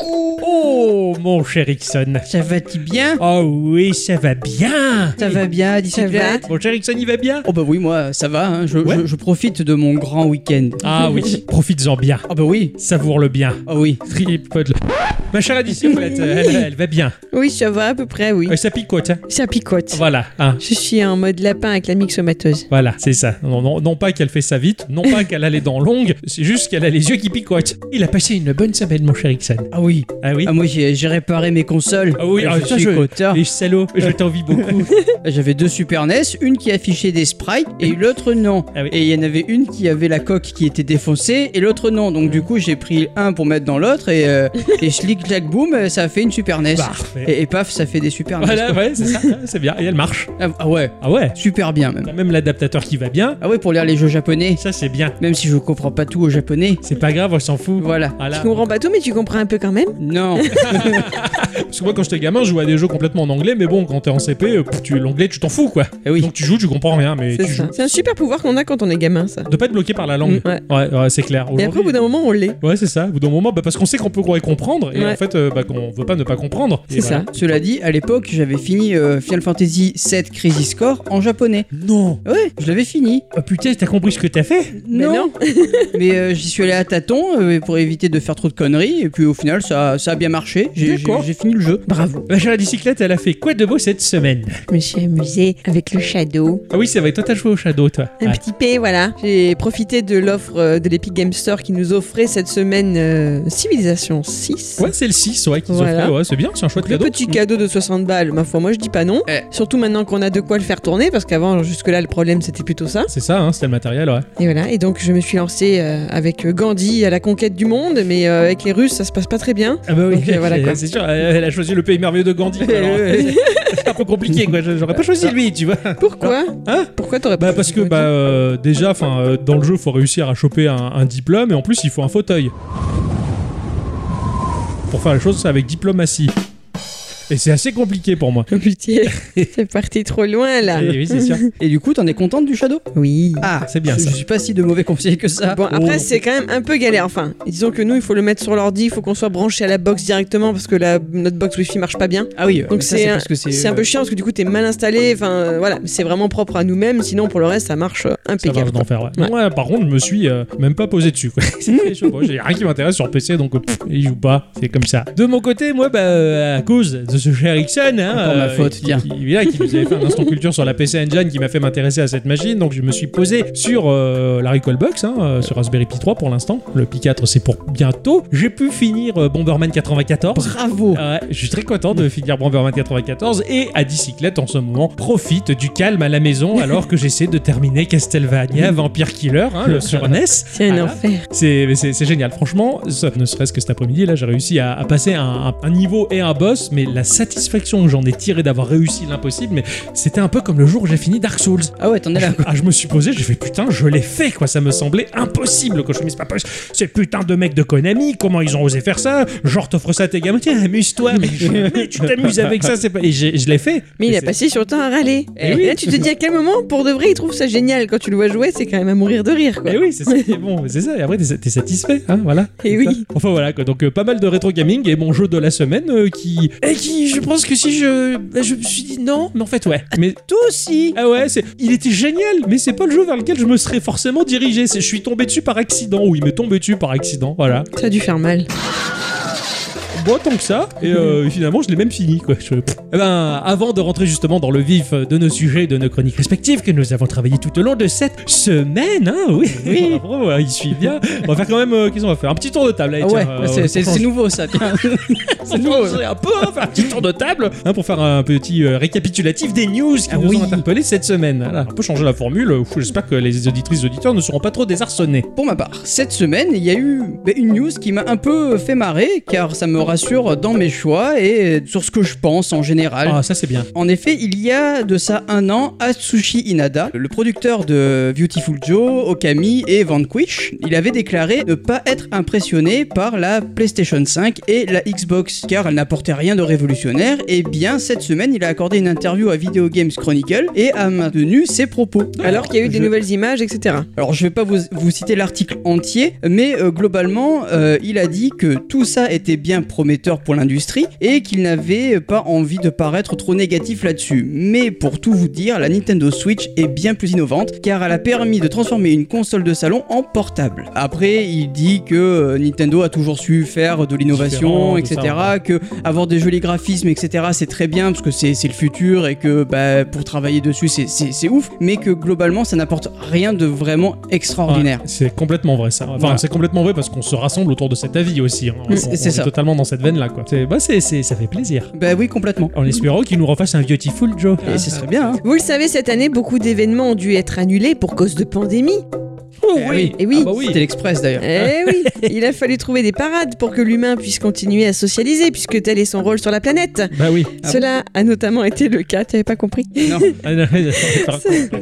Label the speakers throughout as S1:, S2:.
S1: Oh, mon cher Ixon.
S2: Ça va-t-il bien
S1: Oh oui, ça va bien.
S2: Ça va bien,
S3: va.
S2: bicyclette
S1: Mon cher Ixon, il va bien
S2: Oh bah oui, moi, ça va, hein. je,
S1: Ouais.
S2: je- je profite de mon grand week-end.
S1: Ah oui, profites-en bien.
S2: Ah bah oui,
S1: Savoure-le bien.
S2: ah oui.
S1: Tripode. Ma chère bicyclette, elle, elle va bien.
S3: Oui, ça va à peu près, oui.
S1: Euh, ça picote, hein
S3: Ça picote.
S1: Voilà, hein.
S3: Je suis en mode lapin avec la mixomateuse.
S1: Voilà, c'est ça. Non, non, non pas qu'elle fait ça vite, non pas qu'elle a les dents longues, c'est juste qu'elle a les yeux qui picotent. Il a passé une bonne semaine, mon cher Ixon.
S2: Ah oui,
S1: Ah oui
S2: ah, moi j'ai j'ai réparé mes consoles.
S1: Ah oui,
S2: je
S1: ah, ça,
S2: suis
S1: je-
S2: content.
S1: Les salauds,
S2: Euh.
S1: je t'envie beaucoup.
S2: J'avais deux Super NES, une qui affichait des sprites et l'autre non.
S1: Ah oui.
S2: Et il y en avait une qui avait la coque qui était défoncée et l'autre non. Donc du coup j'ai pris un pour mettre dans l'autre et, euh, et schlick clac boum, euh, ça a fait une Super NES.
S1: Parfait.
S2: Et, et paf, ça fait des Super NES.
S1: Bah, Voilà, ouais, c'est ça, c'est bien. Et elle marche.
S2: Ah, ah ouais,
S1: Ah ouais
S2: super bien même.
S1: T'as même l'adaptateur qui va bien.
S2: Ah ouais, pour lire les jeux japonais,
S1: Ça, c'est bien.
S2: même si je comprends pas tout au japonais.
S1: C'est pas grave, on s'en fout.
S2: Voilà.
S1: Voilà.
S3: Tu comprends pas tout, mais tu comprends un peu quand même.
S2: Non.
S1: Parce que moi, quand j'étais gamin, je jouais à des jeux complètement en anglais, mais bon, quand t'es en CP, euh, pff, tu l'anglais, tu t'en fous, quoi.
S2: Eh oui.
S1: Donc tu joues, tu comprends rien, mais
S3: C'est
S1: tu
S3: ça.
S1: joues.
S3: C'est un super pouvoir qu'on a quand on est gamin, ça.
S1: De pas être bloqué par la langue.
S3: Mm, ouais.
S1: Ouais, ouais, c'est clair.
S3: Et après,
S1: Aujourd'hui-
S3: au bout d'un moment, on l'est.
S1: Ouais, c'est ça. Au bout d'un moment, bah, parce qu'on sait qu'on peut croire et comprendre, et
S3: Ouais.
S1: en fait, euh, bah, qu'on veut pas ne pas comprendre. Et
S3: C'est ça.
S1: voilà.
S2: Cela dit, à l'époque, j'avais fini euh, Final Fantasy VII Crisis Core en japonais.
S1: Non
S2: Ouais, je l'avais fini.
S1: Oh putain, t'as compris ce que t'as fait
S3: Mais non.
S2: Mais euh, j'y suis allé à tâtons euh, pour éviter de faire trop de conneries. Et puis au final, ça, ça a bien marché. J'ai
S1: D'accord.
S2: j'ai- j'ai fini le jeu.
S3: Bravo.
S1: Ma chère bicyclette, elle a fait quoi de beau cette semaine
S3: Je me suis amusée avec le Shadow.
S1: Ah oui, c'est vrai, toi t'as joué au Shadow, toi.
S3: Un
S1: Ouais.
S3: petit P, voilà. J'ai profité de l'offre euh, de l'Epic Game Store qui nous offrait cette semaine euh, Civilization 6.
S1: Ouais, c'est le 6, ouais, qu'ils
S3: Voilà.
S1: offraient. Ouais, c'est bien, c'est un chouette
S3: Le
S1: cadeau.
S3: petit cadeau de 60 balles, ma foi, moi je dis pas non.
S2: Eh.
S3: Surtout maintenant qu'on a de quoi le faire tourner, parce qu'avant, jusque-là, le problème c'était plutôt ça.
S1: C'est ça, hein, c'était le matériel, ouais.
S3: Et voilà, et donc je me suis lancée euh, avec Gandhi à la conquête du monde, mais euh, avec les Russes ça se passe pas très bien.
S1: Ah bah oui,
S3: Donc, euh, voilà, quoi.
S1: c'est sûr, elle elle a choisi le pays merveilleux de Gandhi. quoi, alors. c'est un peu compliqué, quoi. J'aurais pas choisi lui, tu vois.
S3: Pourquoi
S1: Hein
S3: Pourquoi t'aurais pas
S1: Bah parce que
S3: choisi
S1: bah
S3: Gandhi
S1: euh, déjà, enfin euh, dans le jeu, faut réussir à choper un, un diplôme et en plus il faut un fauteuil. Pour faire la chose, c'est avec diplomatie. Et c'est assez compliqué pour moi.
S3: Oh pitié, c'est parti trop loin là.
S1: Eh oui, c'est sûr.
S2: Et du coup, t'en es contente du Shadow
S3: Oui.
S2: Ah,
S1: C'est bien,
S2: Je,
S1: ça.
S2: je suis pas si de mauvais conseiller que ça. Oh.
S3: Bon, après,
S1: Oh.
S3: c'est quand même un peu galère. Enfin, disons que nous, il faut le mettre sur l'ordi, il faut qu'on soit branché à la box directement parce que la, notre box Wi-Fi marche pas bien.
S2: Ah oui. euh,
S3: Donc
S2: ça,
S3: c'est un,
S2: parce que c'est euh,
S3: c'est un peu chiant parce que du coup, t'es mal installé. Enfin, euh, voilà, c'est vraiment propre à nous-mêmes. Sinon, pour le reste, ça marche euh,
S1: Ça
S3: impeccable.
S1: marche
S3: quoi.
S1: d'enfer, ouais.
S3: Ouais.
S1: Moi, par contre, je me suis euh, même pas posé dessus. quoi. C'est- je sais pas, J'ai rien qui m'intéresse sur PC, donc euh, pff, il joue pas. C'est comme ça. De mon côté, moi, bah, euh, à cause de ce cher Ixon, hein,
S2: Encore ma faute,
S1: qui,
S2: tiens.
S1: qui- voilà, qui nous avait fait un instant culture sur la PC Engine qui m'a fait m'intéresser à cette machine, donc je me suis posé sur euh, la Recall Box, hein, euh, sur Raspberry Pi 3 pour l'instant. Le Pi 4, c'est pour bientôt. J'ai pu finir euh, Bomberman 94.
S2: Bravo.
S1: Ouais, je suis très content de finir Bomberman 94 et à bicyclette en ce moment profite du calme à la maison alors que j'essaie de terminer Castlevania Vampire Killer hein, le sur NES.
S3: C'est un
S1: Voilà.
S3: enfer.
S1: C'est mais c'est- c'est génial, franchement, ça- ne serait-ce que cet après-midi, là j'ai réussi à, à passer un, un- un niveau et un boss, mais la satisfaction que j'en ai tirée d'avoir réussi l'impossible, mais c'était un peu comme le jour où j'ai fini Dark Souls.
S2: Ah ouais, t'en es
S1: Ah,
S2: là.
S1: je- ah, je me suis posé, j'ai fait putain, je l'ai fait quoi, ça me semblait impossible que je me dise pas possible. Ces putains de mecs de Konami, comment ils ont osé faire ça Genre t'offres ça à tes gamins, tiens, amuse-toi, mais jamais tu t'amuses avec ça, c'est pas. Et j'ai- je l'ai fait.
S3: Mais il
S1: Et
S3: a
S1: c'est-
S3: passé sur le temps à râler.
S2: Eh
S3: Et
S2: oui.
S3: là, tu te dis à quel moment, pour de vrai, il trouve ça génial. Quand tu le vois jouer, c'est quand même à mourir de rire. Quoi.
S1: Eh oui, c'est ça qui est bon, c'est ça. Et après, t'es t'es satisfait, hein, voilà.
S3: Eh
S1: C'est
S3: oui.
S1: ça. Enfin voilà, quoi. donc euh, pas mal de rétro gaming et mon jeu de la semaine euh, qui. Et qui, je pense que si je. bah, Je me suis dit non, mais en fait, ouais. Mais
S2: Toi aussi.
S1: Ah ouais, c'est- il était génial, mais c'est pas le jeu vers lequel je me serais forcément dirigé. C'est- Je suis tombé dessus par accident, ou il m'est tombé dessus par accident, voilà.
S3: Ça a dû faire mal.
S1: Bon, tant que ça, et
S2: Mhm.
S1: euh, finalement, je l'ai même fini, quoi. Je- Pff. Eh ben, avant de rentrer justement dans le vif de nos sujets, et de nos chroniques respectives que nous avons travaillé tout au long de cette semaine, hein, oui, oui. bravo, ouais, il suit bien. On va faire quand même, euh, qu'est-ce qu'on va faire Un petit tour de table, allez,
S2: Ah ouais,
S1: tiens, euh,
S2: c'est- c'est c'est nouveau euh. ça. tiens.
S1: c'est nouveau, c'est un peu, hein, faire un petit tour de table hein, pour faire un petit euh, récapitulatif des news qui
S2: Ah
S1: nous
S2: oui.
S1: ont interpellés cette semaine. Voilà, on peut changer la formule. Ouf, J'espère que les auditrices et auditeurs ne seront pas trop désarçonnés.
S2: Pour ma part, cette semaine, il y a eu bah, une news qui m'a un peu fait marrer, car ça me rassure dans mes choix et sur ce que je pense en général.
S1: Ah, ça c'est bien.
S2: En effet, il y a de ça un an, Atsushi Inada, le producteur de Beautiful Joe, Okami et Vanquish, il avait déclaré ne pas être impressionné par la PlayStation 5 et la Xbox, car elle n'apportait rien de révolutionnaire. Et bien, cette semaine, il a accordé une interview à Video Games Chronicle et a maintenu ses propos.
S3: Alors qu'il y a eu des
S2: je-
S3: nouvelles images, etc.
S2: alors je vais pas vous, vous citer l'article entier, mais euh, globalement, euh, il a dit que tout ça était bien prometteur pour l'industrie et qu'il n'avait pas envie de paraître trop négatif là-dessus. Mais pour tout vous dire, la Nintendo Switch est bien plus innovante car elle a permis de transformer une console de salon en portable. Après, il dit que euh, Nintendo a toujours su faire de l'innovation,
S1: Différent, tout
S2: etc.
S1: ça, ouais.
S2: Que avoir des jolis graphismes, etc. C'est très bien parce que c'est c'est le futur et que bah, pour travailler dessus, c'est- c'est c'est ouf. Mais que globalement, ça n'apporte rien de vraiment extraordinaire.
S1: Ouais, c'est complètement vrai ça. Enfin,
S2: Voilà.
S1: c'est complètement vrai parce qu'on se rassemble autour de cet avis aussi. hein. On-
S2: C'est-
S1: on
S2: c'est
S1: est
S2: ça.
S1: Totalement dans cette veine là quoi. C'est, bah, c'est, c'est- ça fait plaisir.
S2: Bah oui, complètement.
S1: En espérant qu'il nous refasse un Beautiful Joe.
S2: Et ce serait bien. hein.
S3: Vous le savez, cette année, beaucoup d'événements ont dû être annulés pour cause de pandémie.
S1: Oh,
S2: Eh oui.
S3: Eh oui.
S1: Ah bah oui.
S2: C'était l'Express d'ailleurs.
S3: Eh oui, il a fallu trouver des parades pour que l'humain puisse continuer à socialiser, puisque tel est son rôle sur la planète.
S1: Bah oui.
S2: Ah
S3: Cela a notamment été le cas, t'avais pas compris
S2: Non.
S1: Ah, non, d'accord.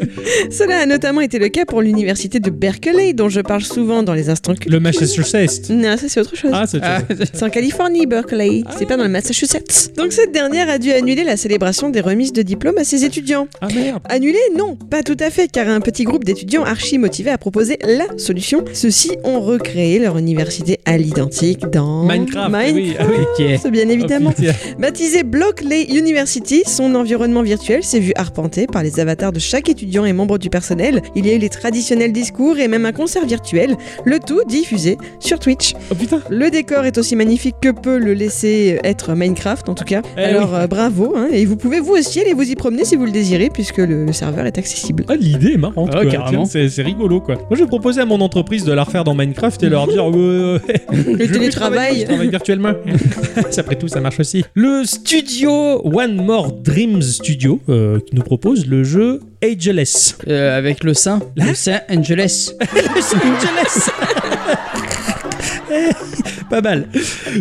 S3: Cela a notamment été le cas pour l'université de Berkeley, dont je parle souvent dans les instants cultes.
S1: Le Manchester Cest.
S3: Non, ça c'est autre chose.
S1: Ah, c'est autre
S2: Ah,
S1: chose.
S3: C'est en Californie, Berkeley. C'est pas dans le Massachusetts. Donc cette dernière a dû annuler la célébration des remises de diplômes à ses étudiants.
S1: Ah merde.
S3: Annulé Non, pas tout à fait, car un petit groupe d'étudiants archi motivés a proposé la solution. Ceux-ci ont recréé leur université à l'identique
S2: Oh,
S3: dans
S1: Minecraft.
S3: eh
S1: ah oui, ah oui.
S2: ok.
S3: Minecraft, bien évidemment.
S1: Oh, putain.
S3: Baptisé Blockley University, son environnement virtuel s'est vu arpenté par les avatars de chaque étudiant et membre du personnel. Il y a eu les traditionnels discours et même un concert virtuel, le tout diffusé sur Twitch.
S1: Oh, putain.
S3: Le décor est aussi magnifique que peut le laisser être Minecraft en tout cas.
S1: Eh
S3: Alors euh, bravo, hein, et vous pouvez vous aussi aller vous y promener si vous le désirez puisque le, le serveur est accessible.
S1: Ah, l'idée est marrante.
S2: Ah ouais,
S1: quoi. Tiens,
S2: carrément.
S1: C'est, c'est rigolo quoi. Moi je proposais à mon entreprise de la refaire dans Minecraft et leur dire euh,
S3: Le
S1: Je vais travailler,
S3: télétravail.
S1: Je travaille virtuellement. Ça, Après tout, ça marche aussi. Le studio One More Dreams Studio euh, qui nous propose le jeu Ageless.
S2: Euh, avec le sein. Le sein Angeles.
S1: Ageless Pas mal.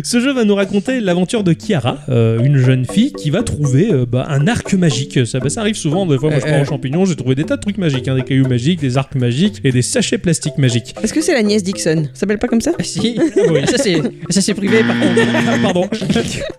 S1: Ce jeu va nous raconter l'aventure de Kiara, euh, une jeune fille qui va trouver euh, bah, un arc magique. Ça, bah, ça arrive souvent. Des fois, moi, je
S2: Euh,
S1: pars
S2: euh.
S1: aux champignons, j'ai trouvé des tas de trucs magiques, hein, des cailloux magiques, des arcs magiques et des sachets plastiques magiques.
S3: Est-ce que c'est la nièce Dixon Ça s'appelle pas comme ça
S2: Ah, si.
S1: oui.
S2: Ça c'est ça, c'est privé par contre.
S1: Ah, Pardon.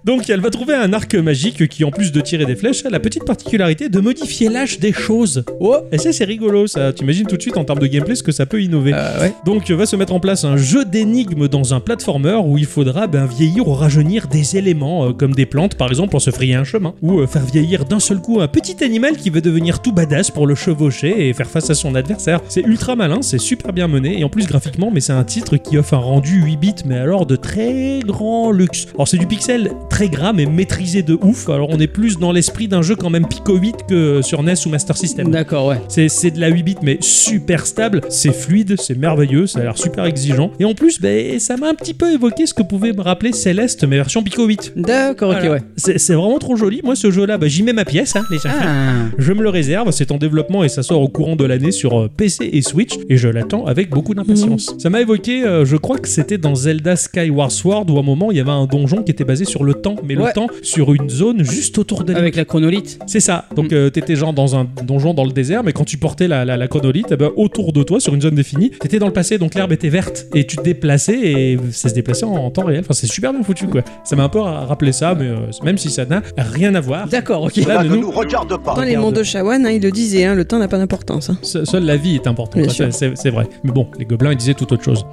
S1: Donc elle va trouver un arc magique qui, en plus de tirer des flèches, a la petite particularité de modifier l'âge des choses.
S2: Oh.
S1: Et ça, c'est rigolo, ça. T'imagines tout de suite en termes de gameplay ce que ça peut innover.
S2: Euh, ouais.
S1: Donc va se mettre en place un jeu d'énigmes dans un platformer où il faudra ben, vieillir ou rajeunir des éléments, euh, comme des plantes par exemple pour se frayer un chemin, ou euh, faire vieillir d'un seul coup un petit animal qui veut devenir tout badass pour le chevaucher et faire face à son adversaire. C'est ultra malin, c'est super bien mené, et en plus graphiquement, mais c'est un titre qui offre un rendu 8 bits, mais alors de très grand luxe. Alors c'est du pixel très gras mais maîtrisé de ouf, alors on est plus dans l'esprit d'un jeu quand même Pico 8 que sur NES ou Master System.
S2: D'accord, ouais.
S1: C'est, c'est de la 8 bits mais super stable, c'est fluide, c'est merveilleux, ça a l'air super exigeant. Et en plus, ben, ça m'a un petit peu évoqué ce que pouvait me rappeler Céleste, mais version Pico 8.
S2: D'accord, ok,
S1: Voilà.
S2: ouais.
S1: C'est, c'est vraiment trop joli. Moi, ce jeu-là, ben, j'y mets ma pièce, hein, les gens.
S2: Ah.
S1: Je me le réserve, c'est en développement et ça sort au courant de l'année sur euh, PC et Switch et je l'attends avec beaucoup
S2: Mhm.
S1: d'impatience. Ça m'a évoqué, euh, je crois que c'était dans Zelda Skyward Sword où à un moment il y avait un donjon qui était basé sur le temps, mais
S2: Ouais. Ah,
S1: le temps sur une zone juste autour de la
S2: Avec la chronolite.
S1: c'est ça. Donc
S2: Mm.
S1: euh, t'étais genre dans un donjon dans le désert, mais quand tu portais la, la, la chronolite, eh ben, autour de toi, sur une zone définie, t'étais dans le passé, donc l'herbe était verte, et tu te déplaçais, et ça se déplaçait en, en temps réel. Enfin, c'est super bien foutu, quoi. Ça m'a un peu ra- rappelé ça, mais euh, même si ça n'a rien à voir.
S2: D'accord, ok.
S1: Là,
S4: Cela
S1: ne
S4: ne
S1: nous-
S4: nous regarde pas.
S1: Ah,
S3: Dans les mondes Shawan, hein, il le disait, hein, le temps n'a pas d'importance. hein.
S1: Se- Seule la vie est importante,
S3: Bien
S1: quoi.
S3: sûr.
S1: Ça, c'est c'est vrai. Mais bon, les gobelins ils disaient tout autre
S2: Mm.
S1: chose.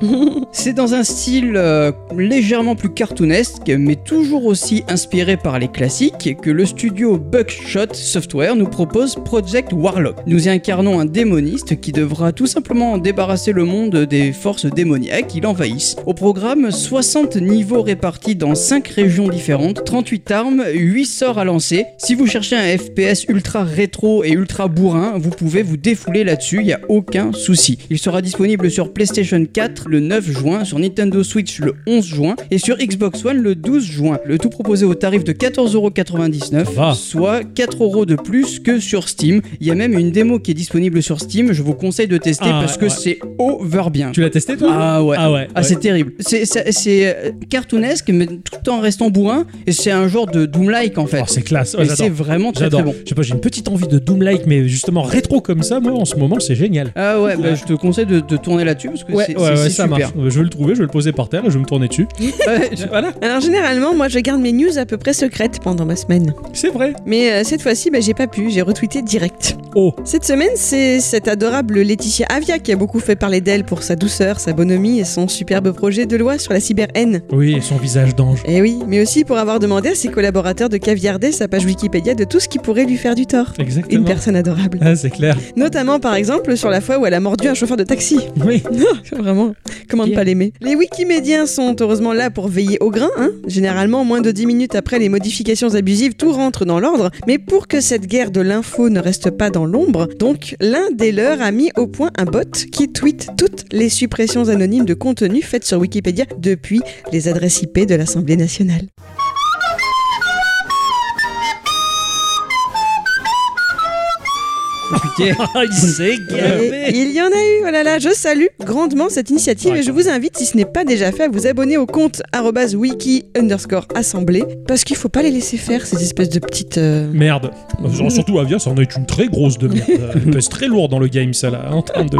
S2: C'est dans un style euh, légèrement plus cartoonesque, mais toujours aussi inspiré par les classiques, que le studio Buckshot Software nous propose Project Warlock. Nous y incarnons un démoniste qui devra tout simplement débarrasser le monde des forces démoniaques qui l'envahissent. Au programme, 60 niveaux répartis dans 5 régions différentes, 38 armes, 8 sorts à lancer. Si vous cherchez un FPS ultra rétro et ultra bourrin, vous pouvez vous défouler là-dessus, il n'y a aucun souci. Il sera disponible sur PlayStation 4 le 9 juin, sur Nintendo Switch le 11 juin et sur Xbox One le 12 juin. Le tout proposé au tarif de 14,99€,
S1: Ça va.
S2: soit 4€ de plus que sur Steam. Il y a même une démo qui est disponible sur Steam, je vous conseille de tester
S1: Ah,
S2: parce
S1: ouais,
S2: que
S1: ouais.
S2: c'est over bien.
S1: Tu l'as testé toi
S2: Ah ouais.
S1: Ah ouais.
S2: Ah,
S1: ouais.
S2: c'est terrible. C'est- ça- c'est euh, cartoonesque, mais tout en restant bourrin. Et c'est un genre de Doom-like en fait.
S1: Oh, c'est classe. Oh,
S2: Et c'est
S1: j'adore.
S2: vraiment très très
S1: J'adore.
S2: bon.
S1: Je sais pas, j'ai une petite envie de Doom-like, mais justement rétro comme ça, moi en ce moment, c'est génial.
S2: Ah ouais, bah, je te conseille de, de tourner là-dessus parce que c'est
S1: Ouais, ouais,
S2: c'est-
S1: ouais,
S2: c'est
S1: ça
S2: super.
S1: marche. Euh, Je vais le trouver, je vais le poser par terre et je vais me tourner dessus.
S2: Ouais, je-
S1: Voilà,
S3: Alors généralement, moi je garde mes news à peu près secrètes pendant ma semaine.
S1: c'est vrai.
S3: Mais euh, cette fois-ci, bah, j'ai pas pu, j'ai retweeté direct.
S1: Oh,
S3: Cette semaine, c'est cette adorable Laetitia Avia qui a beaucoup fait parler d'elle pour sa douceur, sa bonhomie et son superbe projet de loi sur la cyber-haine.
S1: oui, et son visage d'ange.
S3: Eh oui, mais aussi pour avoir demandé à ses collaborateurs de caviarder sa page Wikipédia de tout ce qui pourrait lui faire du tort. Une
S1: Exactement.
S3: personne adorable.
S1: Ah, c'est clair.
S3: Notamment par exemple sur la fois où elle a mordu un chauffeur de taxi.
S1: Oui.
S3: Vraiment, comment ne
S1: Bien.
S3: pas l'aimer Les wikimédiens sont heureusement là pour veiller au grain. Hein Généralement, moins de 10 minutes après les modifications abusives, tout rentre dans l'ordre. Mais pour que cette guerre de l'info ne reste pas dans l'ombre, donc l'un des leurs a mis au point un bot qui tweet toutes les suppressions anonymes de contenu faites sur Wikipédia depuis les adresses IP de l'Assemblée nationale.
S2: Putain.
S1: il s'est
S3: Et il y en a eu, oh là là, je salue grandement cette initiative et je vous invite, si ce n'est pas déjà fait, à vous abonner au compte arrobase wiki underscore assemblée parce qu'il faut pas les laisser faire ces espèces de petites. euh,
S1: Merde. Genre, surtout Avia, ça en est une très grosse de merde. Elle pèse très lourd dans le game, ça là, en termes de.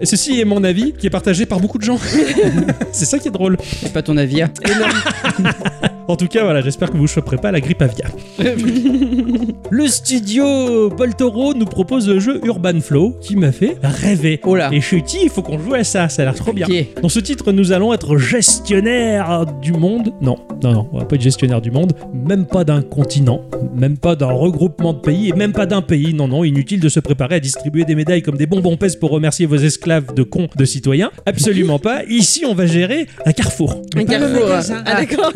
S1: Et Ceci est mon avis qui est partagé par beaucoup de gens. c'est ça qui est drôle.
S2: C'est pas ton avis. hein.
S1: En tout cas, voilà, j'espère que vous ne choperez pas la grippe Avia. Le studio Boltoro nous propose le jeu Urban Flow qui m'a fait rêver.
S2: Oh là.
S1: Et Chuty, il faut qu'on joue à ça, ça a l'air trop bien.
S2: Ok.
S1: Dans ce titre, nous allons être gestionnaires du monde. Non, non, non, on va pas être gestionnaire du monde, même pas d'un continent, même pas d'un regroupement de pays et même pas d'un pays. Non, non, inutile de se préparer à distribuer des médailles comme des bonbons pèse pour remercier vos esclaves de cons, de citoyens. Absolument pas. Ici, on va gérer un carrefour.
S3: un carrefour. Ah, d'accord.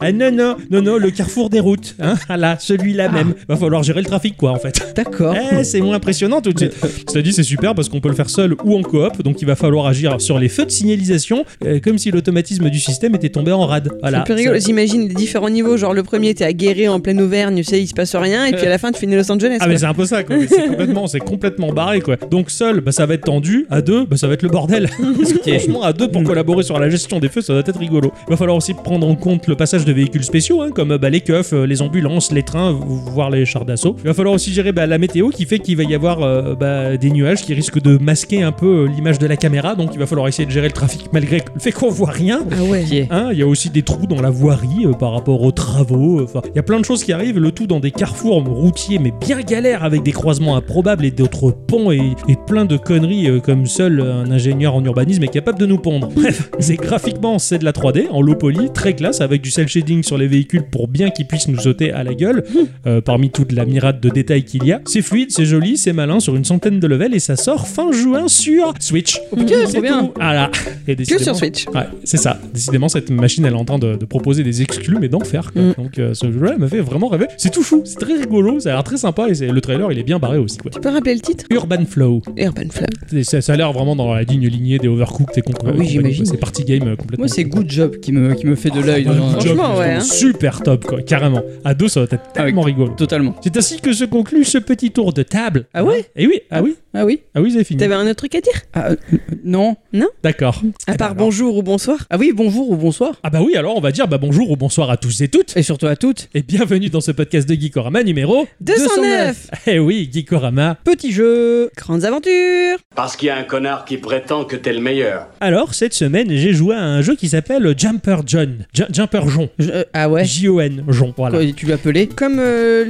S1: Ah non, non, non, non, le carrefour des routes. Hein ah là, celui-là même. Va falloir gérer le trafic, quoi, en fait.
S2: D'accord.
S1: Eh, c'est moins impressionnant tout de suite. Cela dit, c'est super parce qu'on peut le faire seul ou en coop, donc il va falloir agir sur les feux de signalisation, euh, comme si l'automatisme du système était tombé en rade. Voilà.
S3: C'est plus rigolo, j'imagine les différents niveaux. Genre le premier, t'es à guérir en pleine Auvergne, tu sais, il se passe rien, et puis à la fin, tu finis Los Angeles.
S1: Ah
S3: quoi.
S1: mais c'est un peu ça quoi, c'est complètement, c'est complètement barré quoi. Donc seul, bah, ça va être tendu, à deux, bah, ça va être le bordel. Parce que franchement, à deux pour collaborer sur la gestion des feux, ça doit être rigolo. Il va falloir aussi prendre en compte le passage de véhicules spéciaux, hein, comme bah, les keufs, euh, les ambulances, les trains, vo- voire les chars d'assaut. Il va falloir aussi gérer bah, la météo qui fait qu'il va y avoir euh, bah, des nuages qui risquent de masquer un peu euh, l'image de la caméra, donc il va falloir essayer de gérer le trafic malgré le fait qu'on voit rien.
S3: Ah ouais.
S2: Ok.
S1: Hein, Il y a aussi des trous dans la voirie euh, par rapport aux travaux. euh, Enfin, il y a plein de choses qui arrivent, le tout dans des carrefours routiers, mais bien galères, avec des croisements improbables et d'autres ponts et, et plein de conneries euh, comme seul un ingénieur en urbanisme est capable de nous pondre. Bref, c'est graphiquement, c'est de la 3D en low poly, très classe, avec du cel shading sur les véhicules pour bien qu'ils puissent nous sauter à la gueule, euh, parmi toute la mirade de détails qu'il y a. C'est fluide, c'est joli, c'est malin sur une centaine de levels et ça sort fin juin sur Switch.
S2: putain,
S1: C'est
S2: trop bien.
S1: tout. Ah là, et
S3: Que
S1: décidément-
S3: sur Switch.
S1: Ouais, c'est ça. Décidément, cette machine, elle est en train de, de proposer des exclus, mais d'en faire. quoi.
S3: Mm.
S1: Donc, euh, ce jeu-là me fait vraiment rêver. C'est tout chou, c'est très rigolo, ça a l'air très sympa et c'est- le trailer, il est bien barré aussi. Quoi.
S3: Tu peux rappeler le titre
S1: Urban Flow.
S3: Urban Flame.
S1: C'est- Ça, ça a l'air vraiment dans la digne lignée des Overcooked et
S2: Ah
S1: concours.
S2: oui, j'imagine.
S1: C'est party game euh, complètement.
S2: Moi, c'est Good Job qui me, qui me fait de l'œil.
S1: Ah,
S2: dans-
S1: good
S3: Franchement,
S1: justement.
S3: ouais, hein.
S1: Super top, quoi, carrément. À deux, ça va être
S2: Ah oui.
S1: tellement rigolo.
S2: Totalement.
S1: C'est ainsi que se conclut ce petit tour de table.
S2: Ah ouais
S1: Eh oui, ah oui,
S2: Ah oui
S1: ah oui, c'est fini.
S3: T'avais un autre truc à dire
S2: Ah, euh, euh, Non.
S1: D'accord.
S3: À
S1: Eh
S3: part
S1: ben alors.
S3: bonjour ou bonsoir
S2: Ah oui, bonjour ou bonsoir.
S1: Ah bah oui, alors on va dire bah, bonjour ou bonsoir à tous et toutes.
S2: Et surtout à toutes.
S1: Et bienvenue dans ce podcast de Geekorama numéro
S3: 209
S1: Eh oui, Geekorama.
S2: Petit jeu.
S3: Grandes aventures
S4: Parce qu'il y a un connard qui prétend que t'es le meilleur.
S1: Alors, cette semaine, j'ai joué à un jeu qui s'appelle Jumper John. Ju- Jumper Jon.
S2: Je- euh, ah ouais
S1: J-O-N, Jon, voilà.
S2: Quoi, Tu l'appelais
S3: Comme euh,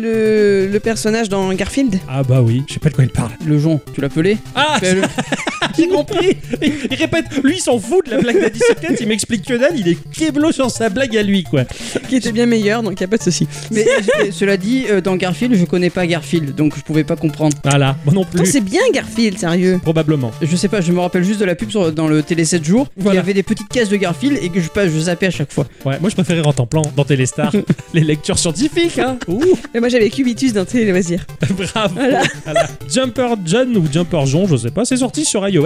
S3: le, le personnage dans Garfield.
S1: Ah bah oui, je sais pas de quoi il parle.
S2: Le Jon, tu l'appelais
S1: Ah,
S2: Fais le-
S1: j'ai compris Il il répète, lui il s'en fout de la blague d'Addy Socket, il m'explique que dalle, il est keblo sur sa blague à lui, quoi.
S3: qui était bien meilleur, donc il a pas de souci.
S2: Mais euh, cela dit, euh, dans Garfield, je connais pas Garfield, donc je pouvais pas comprendre.
S1: Voilà, moi non
S3: Putain,
S1: plus.
S3: c'est bien Garfield, sérieux.
S1: Probablement.
S2: Je sais pas, je me rappelle juste de la pub sur- dans le télé 7 jours. Il y
S1: Voilà.
S2: avait des petites cases de Garfield et que je, pas, je zappais à chaque fois.
S1: Ouais, moi je préférais en plan dans Téléstar. Les lectures scientifiques, hein Ouh,
S3: Et moi j'avais Cubitus dans Télé Loisirs.
S1: bravo Voilà. Jumper John ou Jump Argent, je sais pas. C'est sorti sur iOS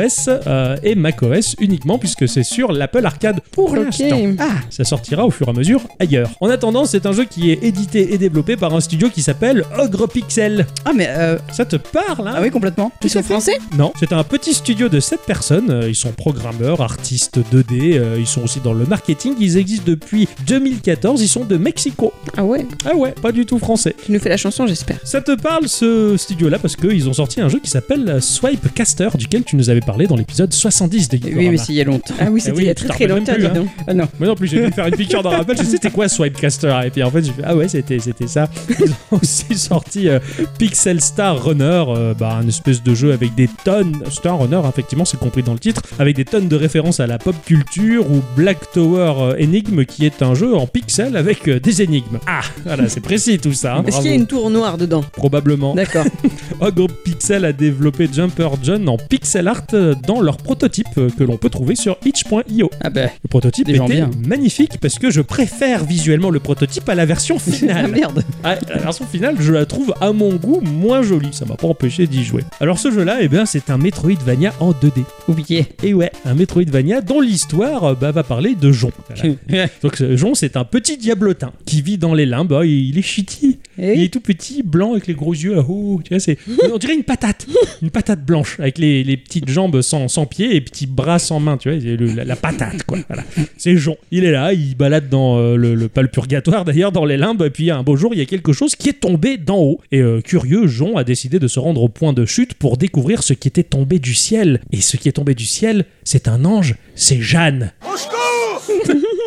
S1: euh, et macOS uniquement puisque c'est sur l'Apple Arcade pour
S3: Ok.
S1: l'instant. Ah, ça sortira au fur et à mesure ailleurs. En attendant, c'est un jeu qui est édité et développé par un studio qui s'appelle Ogre Pixel.
S2: Ah, mais. euh,
S1: Ça te parle, hein
S2: Ah oui, complètement.
S1: Tout
S5: Ils sont
S1: à fait.
S5: français
S1: Non, c'est un petit studio de 7 personnes. Euh, Ils sont programmeurs, artistes 2D, euh, ils sont aussi dans le marketing. Ils existent depuis 2014, ils sont de Mexico.
S3: Ah ouais
S1: Ah ouais, pas du tout français.
S3: Tu nous fais la chanson, j'espère.
S1: Ça te parle ce studio-là parce qu'ils ont sorti un jeu qui s'appelle Swipe Caster, duquel tu nous avais parlé dans l'épisode 70 de Geekorama.
S2: Eh Oui, mais c'est il y a longtemps. Eh
S3: Ah oui,
S1: c'était
S3: c'était
S1: oui,
S3: il y a très
S1: je te
S3: très
S1: rappelle
S3: longtemps,
S1: même
S3: dis
S1: plus,
S3: donc.
S2: Ah non.
S1: Moi non plus, j'ai dû me faire une piqûre d'un rappel. Je sais c'était quoi Swipecaster. Et puis en fait, j'ai fait ah ouais, c'était c'était ça. Ils ont aussi sorti euh, Pixel Star Runner, euh, bah, un espèce de jeu avec des tonnes. Star Runner, effectivement, c'est compris dans le titre, avec des tonnes de références à la pop culture ou Black Tower euh, Enigme, qui est un jeu en pixel avec euh, des énigmes. Ah, voilà, c'est précis tout ça. hein.
S3: Est-ce qu'il y a
S1: Bravo.
S3: une tour noire dedans
S1: Probablement.
S3: D'accord.
S1: Ogre Pixel a développé Jumper John en pixel art euh, dans leur prototype euh, que l'on peut trouver sur itch.io.
S2: Ah bah.
S1: Le prototype
S2: Des gens
S1: était
S2: bien.
S1: magnifique parce que je préfère visuellement le prototype à la version
S2: Ah
S1: finale.
S2: merde.
S1: Ah, la version finale, je la trouve à mon goût moins jolie, ça m'a pas empêché d'y jouer. Alors ce jeu-là, eh bien, c'est un Metroidvania en 2D.
S2: Oublié.
S1: Et ouais, un Metroidvania dont l'histoire euh, bah, va parler de Jon. Voilà.
S2: Uh-huh.
S1: Donc euh, Jon, c'est un petit diablotin qui vit dans les limbes. Ah, il est chiti. Il
S2: Eh,
S1: est tout petit, blanc, avec les gros yeux. ah, oh, tu vois, c'est, on dirait une patate. Une patate blanche, avec les, les petites jambes sans, sans pieds et petits bras sans main. Tu vois, c'est le- la, la patate, quoi. Voilà. C'est Jon. Il est là, il balade dans euh, le, le- pas le purgatoire d'ailleurs, dans les limbes. Et puis un beau jour, il y a quelque chose qui est tombé d'en haut. Et euh, curieux, Jon a décidé de se rendre au point de chute pour découvrir ce qui était tombé du ciel. Et ce qui est tombé du ciel, c'est un ange, c'est Jeanne.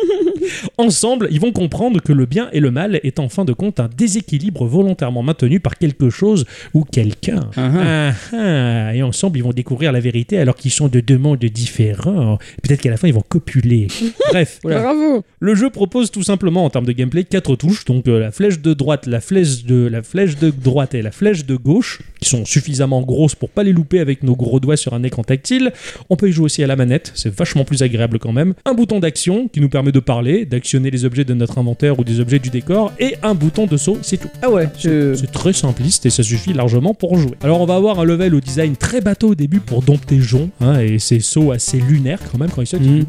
S1: Ensemble, ils vont comprendre que le bien et le mal est en fin de compte un déséquilibre volontairement maintenu par quelque chose ou quelqu'un. Ah, ah. Et ensemble, ils vont découvrir la vérité alors qu'ils sont de deux mondes différents. Peut-être qu'à la fin, ils vont copuler. Bref, voilà.
S3: Bravo
S1: le jeu propose tout simplement en termes de gameplay quatre touches, donc euh, la flèche de droite, la flèche de la flèche de droite et la flèche de gauche, qui sont suffisamment grosses pour pas les louper avec nos gros doigts sur un écran tactile. On peut y jouer aussi à la manette, c'est vachement plus agréable quand même. Un bouton d'action qui nous permet de parler, d'actionner les objets de notre inventaire ou des objets du décor, et un bouton de saut, c'est tout.
S2: Ah ouais. je-
S1: C'est très simpliste et ça suffit largement pour jouer. Alors on va avoir un level au design très bateau au début pour dompter Jon, hein, et ses sauts assez lunaires quand même quand il saute. il
S2: Mhm.
S1: fait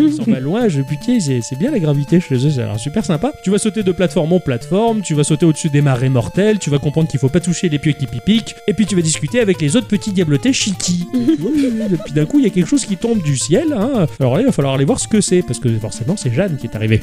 S1: Ouh, il s'en va loin, je putain, c'est c'est bien la gravité chez eux, ça a l'air super sympa. Tu vas sauter de plateforme en plateforme, tu vas sauter au-dessus des marées mortelles, tu vas comprendre qu'il faut pas toucher les pieux qui pipiquent, et puis tu vas discuter avec les autres petits diabletés chiki. et puis d'un coup il y a quelque chose qui tombe du ciel, hein. alors là il va falloir aller voir ce que c'est, parce que forcément c'est Jeanne qui est arrivée.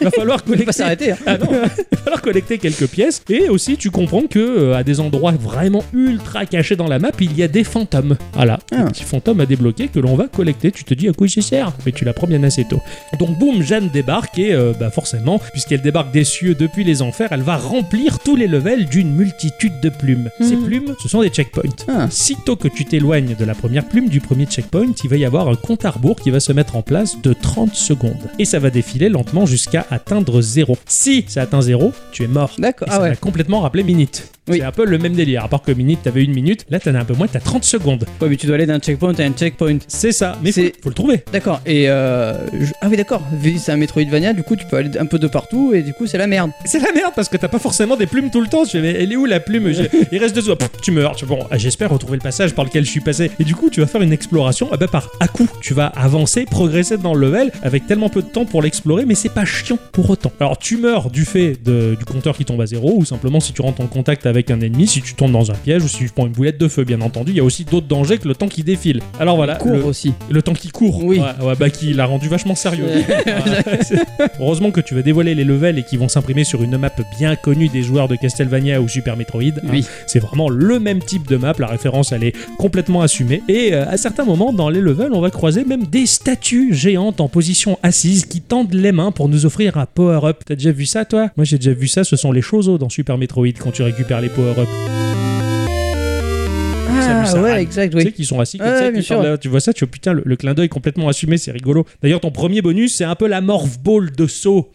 S1: Il va falloir
S2: Je vais
S1: collecter
S2: pas s'arrêter. hein.
S1: ah non. Il va falloir collecter quelques pièces et aussi tu comprends que euh, à des endroits vraiment ultra cachés dans la map il y a des fantômes. Voilà,
S2: Ah.
S1: des petits fantômes à débloquer que l'on va collecter. Tu te dis à quoi ils servent mais tu l'apprends bien assez tôt. Donc boum, Jeanne débarque et euh, bah forcément puisqu'elle débarque des cieux depuis les enfers, elle va remplir tous les levels d'une multitude de plumes. Ces
S3: Mhm.
S1: plumes, ce sont des checkpoints.
S2: Ah.
S1: Sitôt que tu t'éloignes de la première plume du premier checkpoint, il va y avoir un compte à rebours qui va se mettre en place de 30 secondes. Et ça va défiler lentement jusqu'à atteindre 0. Si ça atteint 0, tu es mort.
S2: D'accord.
S1: Et
S2: Ah
S1: ça m'a
S2: ouais.
S1: complètement rappelé Minute.
S2: Oui.
S1: C'est un peu le même délire. À part que Minute, t'avais une minute, là t'en as un peu moins, t'as 30 secondes.
S2: Ouais, mais tu dois aller d'un checkpoint à un checkpoint.
S1: C'est ça, mais faut,
S2: C'est-
S1: faut le trouver.
S2: D'accord. Et euh, je- ah oui, d'accord. Vu que c'est un Metroidvania, du coup, tu peux aller un peu de partout et du coup, c'est la merde.
S1: C'est la merde parce que t'as pas forcément des plumes tout le temps. Tu fais, mais elle est où la plume J'ai- Il reste deux doigts. Pff, tu meurs. Tu fais, bon, ah, j'espère retrouver le passage par lequel je suis passé. Et du coup, tu vas faire une exploration ah bah, par à coup. Tu vas avancer, progresser dans le level avec tellement peu de temps pour l'explorer, mais c'est pas chiant pour autant. Alors, tu meurs du fait de- du compteur qui tombe à zéro ou simplement si tu rentres en contact avec un ennemi, si tu tombes dans un piège ou si tu prends une boulette de feu, bien entendu. Il y a aussi d'autres dangers que le temps qui défile. Alors voilà.
S2: Cours
S1: Ah, le-
S2: aussi.
S1: le temps qui court.
S2: Oui.
S1: Ouais, ouais, bah qui l'a rendu vachement sérieux. Ouais, c'est- Heureusement que tu vas dévoiler les levels et qui vont s'imprimer sur une map bien connue des joueurs de Castlevania ou Super Metroid. hein.
S2: Oui.
S1: C'est vraiment le même type de map, la référence elle est complètement assumée. Et euh, à certains moments dans les levels, on va croiser même des statues géantes en position assise qui tendent les mains pour nous offrir un power-up. T'as déjà vu ça toi Moi j'ai déjà vu ça, ce sont les choses dans Super Metroid quand tu récupères les power-up. ça, mais ça
S2: Ah, ouais,
S1: râle.
S2: exact,
S1: Tu sais,
S2: oui.
S1: qui sont assis comme
S2: Ouais,
S1: ça,
S2: ouais,
S1: qui
S2: bien sûr.
S1: parlent là, tu vois ça, tu vois putain, le, le clin d'œil complètement assumé, c'est rigolo. D'ailleurs, ton premier bonus, c'est un peu la morph ball de saut.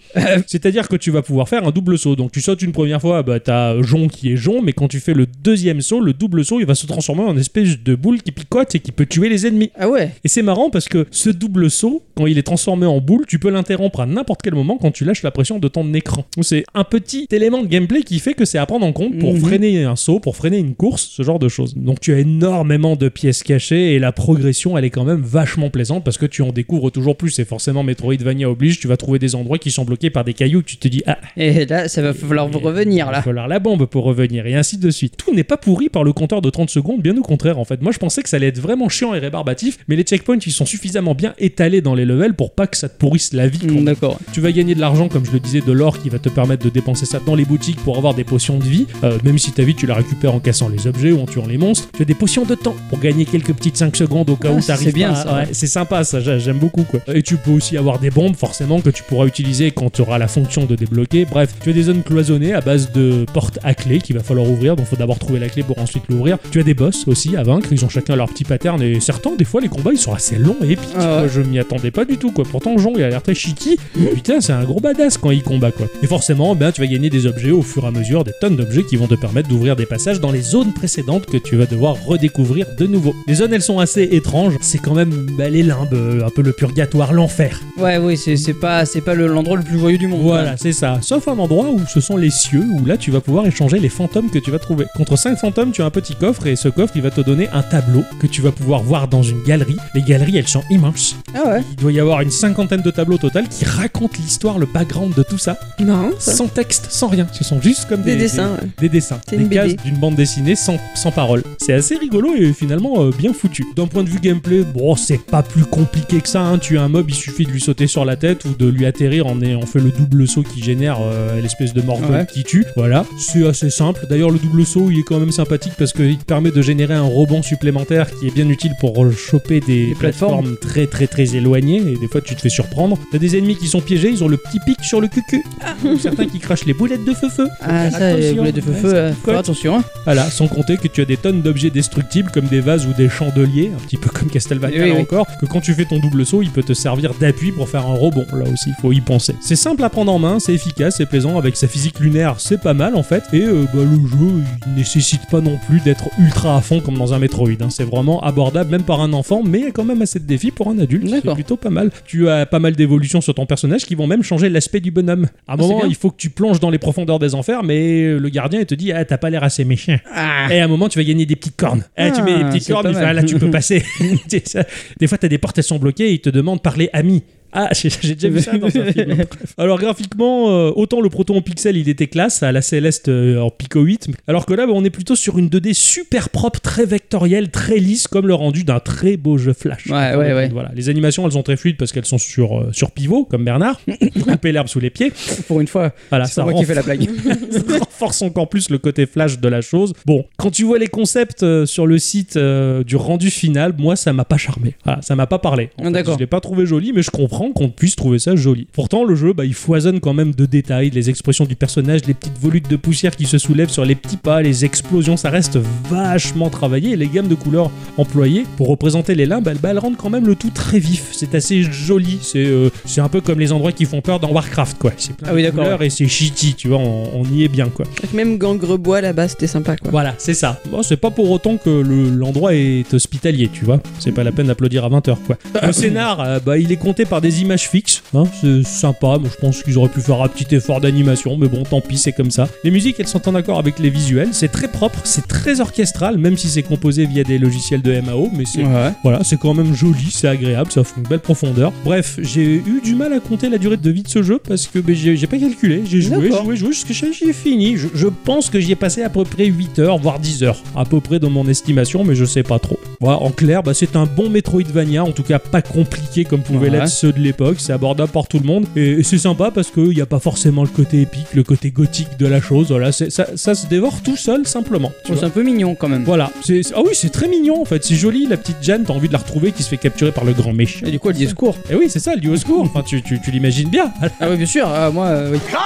S1: C'est-à-dire que tu vas pouvoir faire un double saut. Donc, tu sautes une première fois, bah, t'as Jon qui est Jon, mais quand tu fais le deuxième saut, le double saut, il va se transformer en espèce de boule qui picote et qui peut tuer les ennemis.
S2: Ah ouais
S1: Et c'est marrant parce que ce double saut, quand il est transformé en boule, tu peux l'interrompre à n'importe quel moment quand tu lâches la pression de ton écran. Donc C'est un petit élément de gameplay qui fait que c'est à prendre en compte pour
S2: Mhm.
S1: freiner un saut, pour freiner une course, ce genre de choses. Donc tu as énormément de pièces cachées et la progression, elle est quand même vachement plaisante parce que tu en découvres toujours plus. Et forcément, Metroidvania oblige, tu vas trouver des endroits qui sont bloqués par des cailloux. Tu te dis, ah,
S2: Et là, ça va falloir vous revenir,
S1: il va
S2: là.
S1: falloir la bombe pour revenir, et ainsi de suite. Tout n'est pas pourri par le compteur de 30 secondes, bien au contraire, en fait. Moi, je pensais que ça allait être vraiment chiant et rébarbatif, mais les checkpoints, ils sont suffisamment bien étalés dans les levels pour pas que ça te pourrisse la vie. quand
S2: Mm, D'accord.
S1: tu vas gagner de l'argent, comme je le disais, de l'or qui va te permettre de dépenser ça dans les boutiques pour avoir des potions de vie. Euh, même si ta vie, tu la récupères en cassant les objets ou en tuant les monstres. Tu as des potions de temps pour gagner quelques petites 5 secondes au cas
S2: Ah,
S1: où
S2: c'est
S1: t'arrives
S2: bien,
S1: pas à-
S2: ça, ouais.
S1: ouais, C'est sympa, ça, j'a- j'aime beaucoup. Quoi. Et tu peux aussi avoir des bombes, forcément, que tu pourras utiliser quand tu auras la fonction de débloquer. Bref, tu as des zones cloisonnées à base de portes à clé qu'il va falloir ouvrir. Donc, faut d'abord trouver la clé pour ensuite l'ouvrir. Tu as des boss aussi à vaincre. Ils ont chacun leur petit pattern. Et certains, des fois, les combats, ils sont assez longs et épiques.
S2: Ah ouais.
S1: Moi, je m'y attendais pas du tout. quoi. Pourtant, Jon, il a l'air très chiqui. Mais Putain, c'est un gros badass quand il combat quoi. Et forcément, ben, tu vas gagner des objets au fur et à mesure, des tonnes d'objets qui vont te permettre d'ouvrir des passages dans les zones précédentes que tu vas devoir redécouvrir de nouveau. Les zones, elles sont assez étranges. C'est quand même bah, les limbes, euh, un peu le purgatoire, l'enfer.
S2: Ouais, oui, c'est c'est pas, c'est pas le- l'endroit le plus joyeux du monde. hein.
S1: Voilà, c'est ça. Sauf un endroit où ce sont les cieux, où là tu vas pouvoir échanger les fantômes que tu vas trouver. Contre 5 fantômes, tu as un petit coffre et ce coffre il va te donner un tableau que tu vas pouvoir voir dans une galerie. Les galeries elles sont immenses.
S2: Ah ouais
S1: Il doit y avoir une cinquantaine de tableaux total qui racontent l'histoire, le background de tout ça.
S3: Marrant, ça.
S1: sans texte, sans rien. Ce sont juste comme des,
S3: Des dessins, ouais.
S1: des, des dessins,
S3: C'est
S1: des
S3: une
S1: cases
S3: BD.
S1: d'une bande dessinée sans, sans parole. C'est assez rigolo et finalement euh, bien foutu. D'un point de vue gameplay, bon, c'est pas plus compliqué que ça. hein. Tu as un mob, il suffit de lui sauter sur la tête ou de lui atterrir en ayant fait le double saut qui génère euh, l'espèce de morceau
S2: Ouais.
S1: qui tue. Voilà, c'est assez simple. D'ailleurs, le double saut, il est quand même sympathique parce qu'il te permet de générer un rebond supplémentaire qui est bien utile pour choper des,
S2: Des plateformes.
S1: plateformes plateformes très très très éloignées et des fois tu te fais surprendre. T'as des ennemis qui sont piégés, ils ont le petit pic sur le cucu. Ou certains qui crachent les boulettes de feu-feu.
S2: Ah, ça,
S1: Attention.
S2: les boulettes de
S1: Ouais,
S2: feu-feu,
S1: ça
S2: euh, faut
S1: picote.
S2: faire attention. hein.
S1: Voilà, sans compter que tu as des tonnes d'objets destructibles comme des vases ou des chandeliers, un petit peu comme Castlevania
S2: Oui,
S1: là
S2: oui.
S1: encore, que quand tu fais ton double saut, il peut te servir d'appui pour faire un rebond. Là aussi, il faut y penser. C'est simple à prendre en main, c'est efficace, c'est plaisant, avec sa physique lunaire, c'est pas mal en fait. Et euh, bah, le jeu, il nécessite pas non plus d'être ultra à fond comme dans un Metroid. hein. C'est vraiment abordable même par un enfant, mais il y a quand même assez de défis pour un adulte. C'est
S2: D'accord.
S1: plutôt pas mal. Tu as pas mal d'évolutions sur ton personnage qui vont même changer l'aspect du bonhomme. À un
S2: Ah, c'est
S1: moment,
S2: bien.
S1: il faut que tu plonges dans les profondeurs des enfers, mais le gardien, il te dit Ah, t'as pas l'air assez méchant.
S2: Ah
S1: Et à un moment, tu vas gagner des petites cornes. Eh, tu
S2: Ah,
S1: mets des petites
S2: c'est
S1: cornes,
S2: pas
S1: il fait,
S2: mal.
S1: ah, là, tu peux passer. Tu sais, ça. des fois, tu as des portes, elles sont bloquées, et ils te demandent parler ami. Ah, j'ai j'ai déjà vu ça dans un film. hein, Alors, graphiquement, euh, autant le proton en pixel, il était classe, à la Céleste euh, en Pico 8, alors que là, bah, on est plutôt sur une 2D super propre, très vectorielle, très lisse, comme le rendu d'un très beau jeu Flash.
S2: Ouais, Ah ouais, ouais.
S1: Voilà. Les animations, elles sont très fluides parce qu'elles sont sur, euh, sur pivot, comme Bernard, pour couper l'herbe sous les pieds.
S2: Pour une fois,
S1: Voilà,
S2: c'est
S1: ça
S2: moi
S1: rend
S2: qui fais la blague.
S1: ça renforce encore plus le côté flash de la chose. Bon, quand tu vois les concepts euh, sur le site euh, du rendu final, moi ça m'a pas charmé. Voilà, ça m'a pas parlé. En
S2: Ah,
S1: fait,
S2: d'accord.
S1: Je l'ai pas trouvé joli, mais je comprends qu'on puisse trouver ça joli. Pourtant, le jeu, bah, il foisonne quand même de détails, les expressions du personnage, les petites volutes de poussière qui se soulèvent sur les petits pas, les explosions, ça reste vachement travaillé. Et les gammes de couleurs employées pour représenter les limbes, elles, bah, elles rendent quand même le tout très vif. C'est assez joli. C'est euh, c'est un peu comme les endroits qui font peur dans Warcraft, quoi. C'est plein
S2: Ah oui,
S1: de
S2: d'accord,
S1: couleurs et c'est shitty, tu vois. On, on y est bien, quoi.
S3: Même Gangrebois là-bas, c'était sympa quoi.
S1: Voilà, c'est ça. Bon, c'est pas pour autant que le- l'endroit est hospitalier, tu vois. C'est pas la peine d'applaudir à 20h, quoi. Le scénar, euh, bah, il est compté par des images fixes. hein. c'est sympa, mais je pense qu'ils auraient pu faire un petit effort d'animation, mais bon, tant pis, c'est comme ça. Les musiques, elles sont en accord avec les visuels. C'est très propre, c'est très orchestral, même si c'est composé via des logiciels de MAO, mais c'est
S2: Ouais.
S1: voilà, c'est quand même joli, c'est agréable, ça offre une belle profondeur. Bref, j'ai eu du mal à compter la durée de vie de ce jeu parce que ben, j'ai j'ai pas calculé. J'ai joué,
S2: D'accord.
S1: joué, joué jusqu'à ce que j'ai fini. Je, je pense que j'y ai passé à peu près 8 heures, voire 10 heures, à peu près dans mon estimation, mais je sais pas trop. Voilà, en clair, bah, c'est un bon Metroidvania, en tout cas pas compliqué comme pouvaient
S2: Ouais.
S1: l'être ceux de l'époque. C'est abordable par tout le monde et, et c'est sympa parce qu'il n'y a pas forcément le côté épique, le côté gothique de la chose. Voilà, c'est- ça, ça se dévore tout seul simplement. tu vois.
S2: Oh, C'est un peu mignon quand même.
S1: Voilà. C'est- c'est- Ah oui, c'est très mignon en fait. C'est joli, la petite Jeanne, t'as envie de la retrouver qui se fait capturer par le grand méchant. Eh
S2: Et du coup, elle dit secours.
S1: Et oui, c'est ça, le au secours. Enfin, tu, tu, tu l'imagines bien.
S2: Ah oui, bien sûr, ah, moi, euh, oui.
S5: Jeanne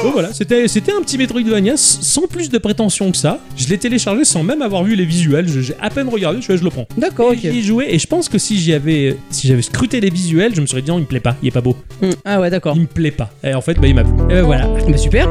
S5: Au
S1: Bon voilà, c'était c'était un petit Metroidvania s- sans plus de prétention que ça. Je l'ai téléchargé sans même avoir vu les visuels. Je- J'ai à peine regardé, je suis là, je le prends.
S2: D'accord,
S1: Et
S2: ok.
S1: J'y ai joué et je pense que si j'y avais si j'avais scruté les visuels, je me serais dit non, il me plaît pas, il est pas beau,
S2: Ah ouais, d'accord.
S1: il me plaît pas. Et en fait, bah il m'a plu. Et ben voilà.
S2: Bah super.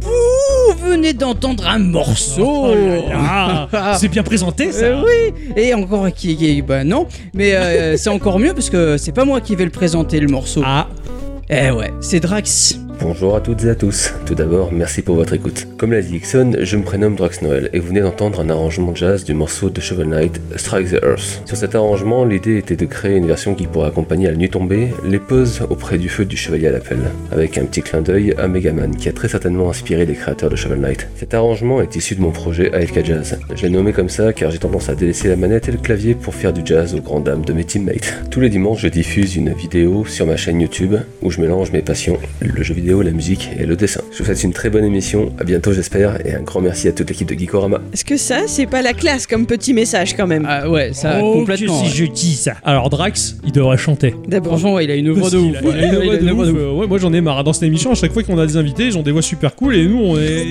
S2: Vous venez d'entendre un morceau.
S1: oh là là, c'est bien présenté ça.
S2: Euh, Oh. Ah. oui, et encore qui, qui- bah non, mais euh, c'est encore mieux parce que c'est pas moi qui vais le présenter le morceau.
S1: Ah,
S2: Eh ouais, c'est Drax.
S5: Bonjour à toutes et à tous. Tout d'abord, merci pour votre écoute. Comme l'a dit Ixon, je me prénomme Drax Noel et vous venez d'entendre un arrangement jazz du morceau de Shovel Knight, Strike the Earth. Sur cet arrangement, l'idée était de créer une version qui pourrait accompagner à la nuit tombée les pauses auprès du feu du chevalier à la pelle, avec un petit clin d'œil à Megaman qui a très certainement inspiré les créateurs de Shovel Knight. Cet arrangement est issu de mon projet AFK Jazz. Je l'ai nommé comme ça car j'ai tendance à délaisser la manette et le clavier pour faire du jazz aux grandes dames de mes teammates. Tous les dimanches, je diffuse une vidéo sur ma chaîne YouTube où je mélange mes passions, le jeu vidéo, la musique et le dessin. Je vous souhaite une très bonne émission, à bientôt j'espère, et un grand merci à toute l'équipe de Geekorama.
S3: Est-ce que ça, c'est pas la classe comme petit message quand même
S2: Ah ouais, ça
S1: oh,
S2: complètement.
S1: que
S2: ouais.
S1: si je dis ça. Alors Drax, il devrait chanter.
S3: D'abord.
S2: Franchement, ouais, il a une voix de
S1: Il
S2: ouf.
S1: a-
S2: ouais.
S1: il a une voix
S2: Il a
S1: de
S2: une voix de
S1: ouf.
S2: ouf.
S1: Euh, ouais, moi j'en ai marre. Dans cette émission, à chaque fois qu'on a des invités, ils ont des voix super cool et nous on est.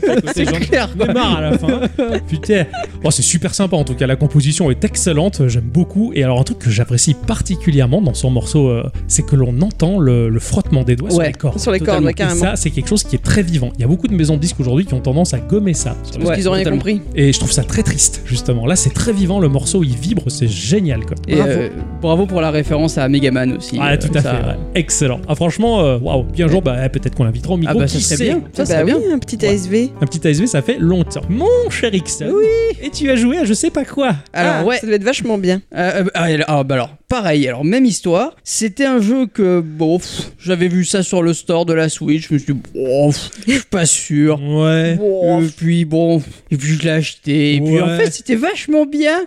S2: C'est clair.
S1: J'en ai marre à la fin. Putain. Bon, c'est super sympa en tout cas. La composition est excellente. J'aime beaucoup. Et alors, un truc que j'apprécie particulièrement dans son morceau, euh, c'est que l'on entend le, le frottement des doigts sur
S2: Ouais.
S1: les cordes.
S3: Sur les record,
S1: totalement.
S3: ouais, carrément.
S1: Et ça, c'est quelque chose qui est très vivant. Il y a beaucoup de maisons de disques aujourd'hui qui ont tendance à gommer ça.
S2: Ouais,
S3: Parce qu'ils ont rien
S2: totalement.
S3: compris.
S1: Et je trouve ça très triste, justement. Là, c'est très vivant, le morceau, il vibre, c'est génial, quoi.
S2: Et, euh,
S1: Bravo.
S2: bravo. pour la référence à Megaman aussi.
S1: Ah,
S2: euh,
S1: tout à
S2: ça-
S1: fait, ouais. excellent. Ah, franchement, euh, waouh. Puis un jour, bah, eh, peut-être qu'on l'invitera au micro.
S2: Ah bah
S1: qui
S2: ça serait
S1: sait
S2: bien. Ça
S3: Bah
S2: serait bien.
S3: oui, un petit ASV.
S1: Un petit ASV, ça fait longtemps. Mon cher Ixon. Et tu as joué à je sais pas quoi.
S2: Alors
S3: Ah,
S2: ouais,
S3: Ça doit être vachement bien.
S2: Euh, euh, ah, et là- ah, bah alors, pareil, alors même histoire. C'était un jeu que, bon, pff, j'avais vu ça sur le store de la Switch, je me suis dit, bon, pff, je suis pas sûr.
S1: Ouais.
S2: Et Euh, puis bon, et puis je l'ai acheté, et puis
S1: Ouais.
S2: en fait c'était vachement bien.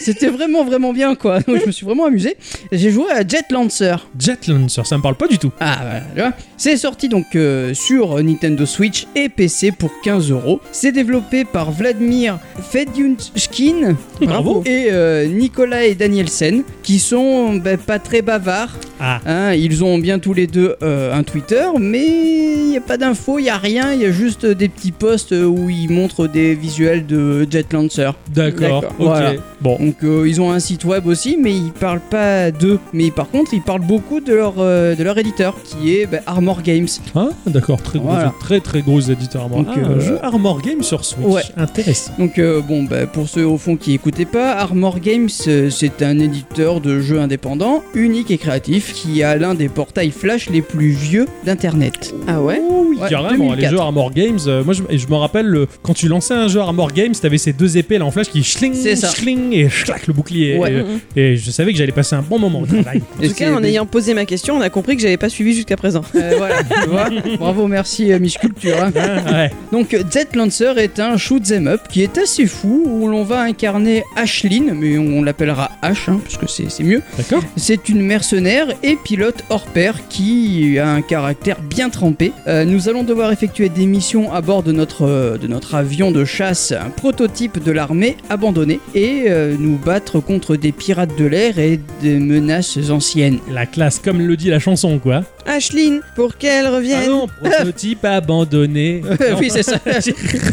S2: c'était vraiment vraiment bien quoi. Donc, je me suis vraiment amusé. J'ai joué à Jet Lancer.
S1: Jet Lancer, ça me parle pas du tout.
S2: Ah voilà, tu vois. C'est sorti donc euh, sur Nintendo Switch et PC pour 15 euros. C'est développé par Vladimir Fedyunskin
S1: Bravo.
S2: et euh, Nicolas et Danielsen qui sont bah, pas très bavards.
S1: Ah.
S2: hein. ils ont bien tous les deux euh, un Twitter, mais il n'y a pas d'infos, il n'y a rien, il y a juste des petits posts où ils montrent des visuels de Jet Lancer.
S1: D'accord.
S2: D'accord,
S1: Ok.
S2: voilà.
S1: Bon.
S2: Donc euh, ils ont un site web aussi, mais ils parlent pas d'eux. Mais par contre, ils parlent beaucoup de leur, euh, de leur éditeur, qui est bah, Armor Games.
S1: Hein D'accord. Très, gros,
S2: Voilà.
S1: très très gros éditeur. Armor.
S2: Donc,
S1: Ah,
S2: euh,
S1: jeu Armor Game sur Switch.
S2: Ouais.
S1: Intéressant.
S2: Donc euh, bon, bah, pour ceux au fond qui écoutaient pas, Armor Games, euh, c'est un éditeur de jeux indépendants, unique et créatif, qui a l'un des portails Flash les plus vieux d'Internet.
S3: Ah ouais
S1: Oh Oui,
S2: Ouais,
S1: carrément, les
S2: 2004.
S1: jeux Armor Games. euh, moi, je, et je me rappelle, le- quand tu lançais un jeu Armor Games, t'avais ces deux épées là en flash qui schling,
S2: C'est ça.
S1: schling et schlac le bouclier.
S2: Ouais.
S1: Et,
S3: Mhm.
S1: et je savais que j'allais passer un bon moment au travail.
S3: En tout
S2: c'est
S3: cas, en
S2: des-
S3: ayant posé ma question, on a compris que j'avais pas suivi jusqu'à présent.
S2: Euh, voilà, tu vois. Bravo, merci euh, Miss Culture. hein.
S1: Ah, ouais.
S2: Donc euh, Jet Lancer est un shoot 'em up qui est assez fou où l'on va incarner Ashlyn, mais on l'appellera Ash hein, parce que c'est c'est mieux.
S1: D'accord.
S2: C'est une mercenaire et pilote hors pair qui a un caractère bien trempé. Euh, nous allons devoir effectuer des missions à bord de notre, euh, de notre avion de chasse, un prototype de l'armée abandonné, et euh, nous battre contre des pirates de l'air et des menaces anciennes.
S1: La classe, comme le dit la chanson, quoi.
S3: Ashline, pour qu'elle
S1: Ah
S3: revienne.
S1: non, prototype abandonné.
S2: oui, c'est ça.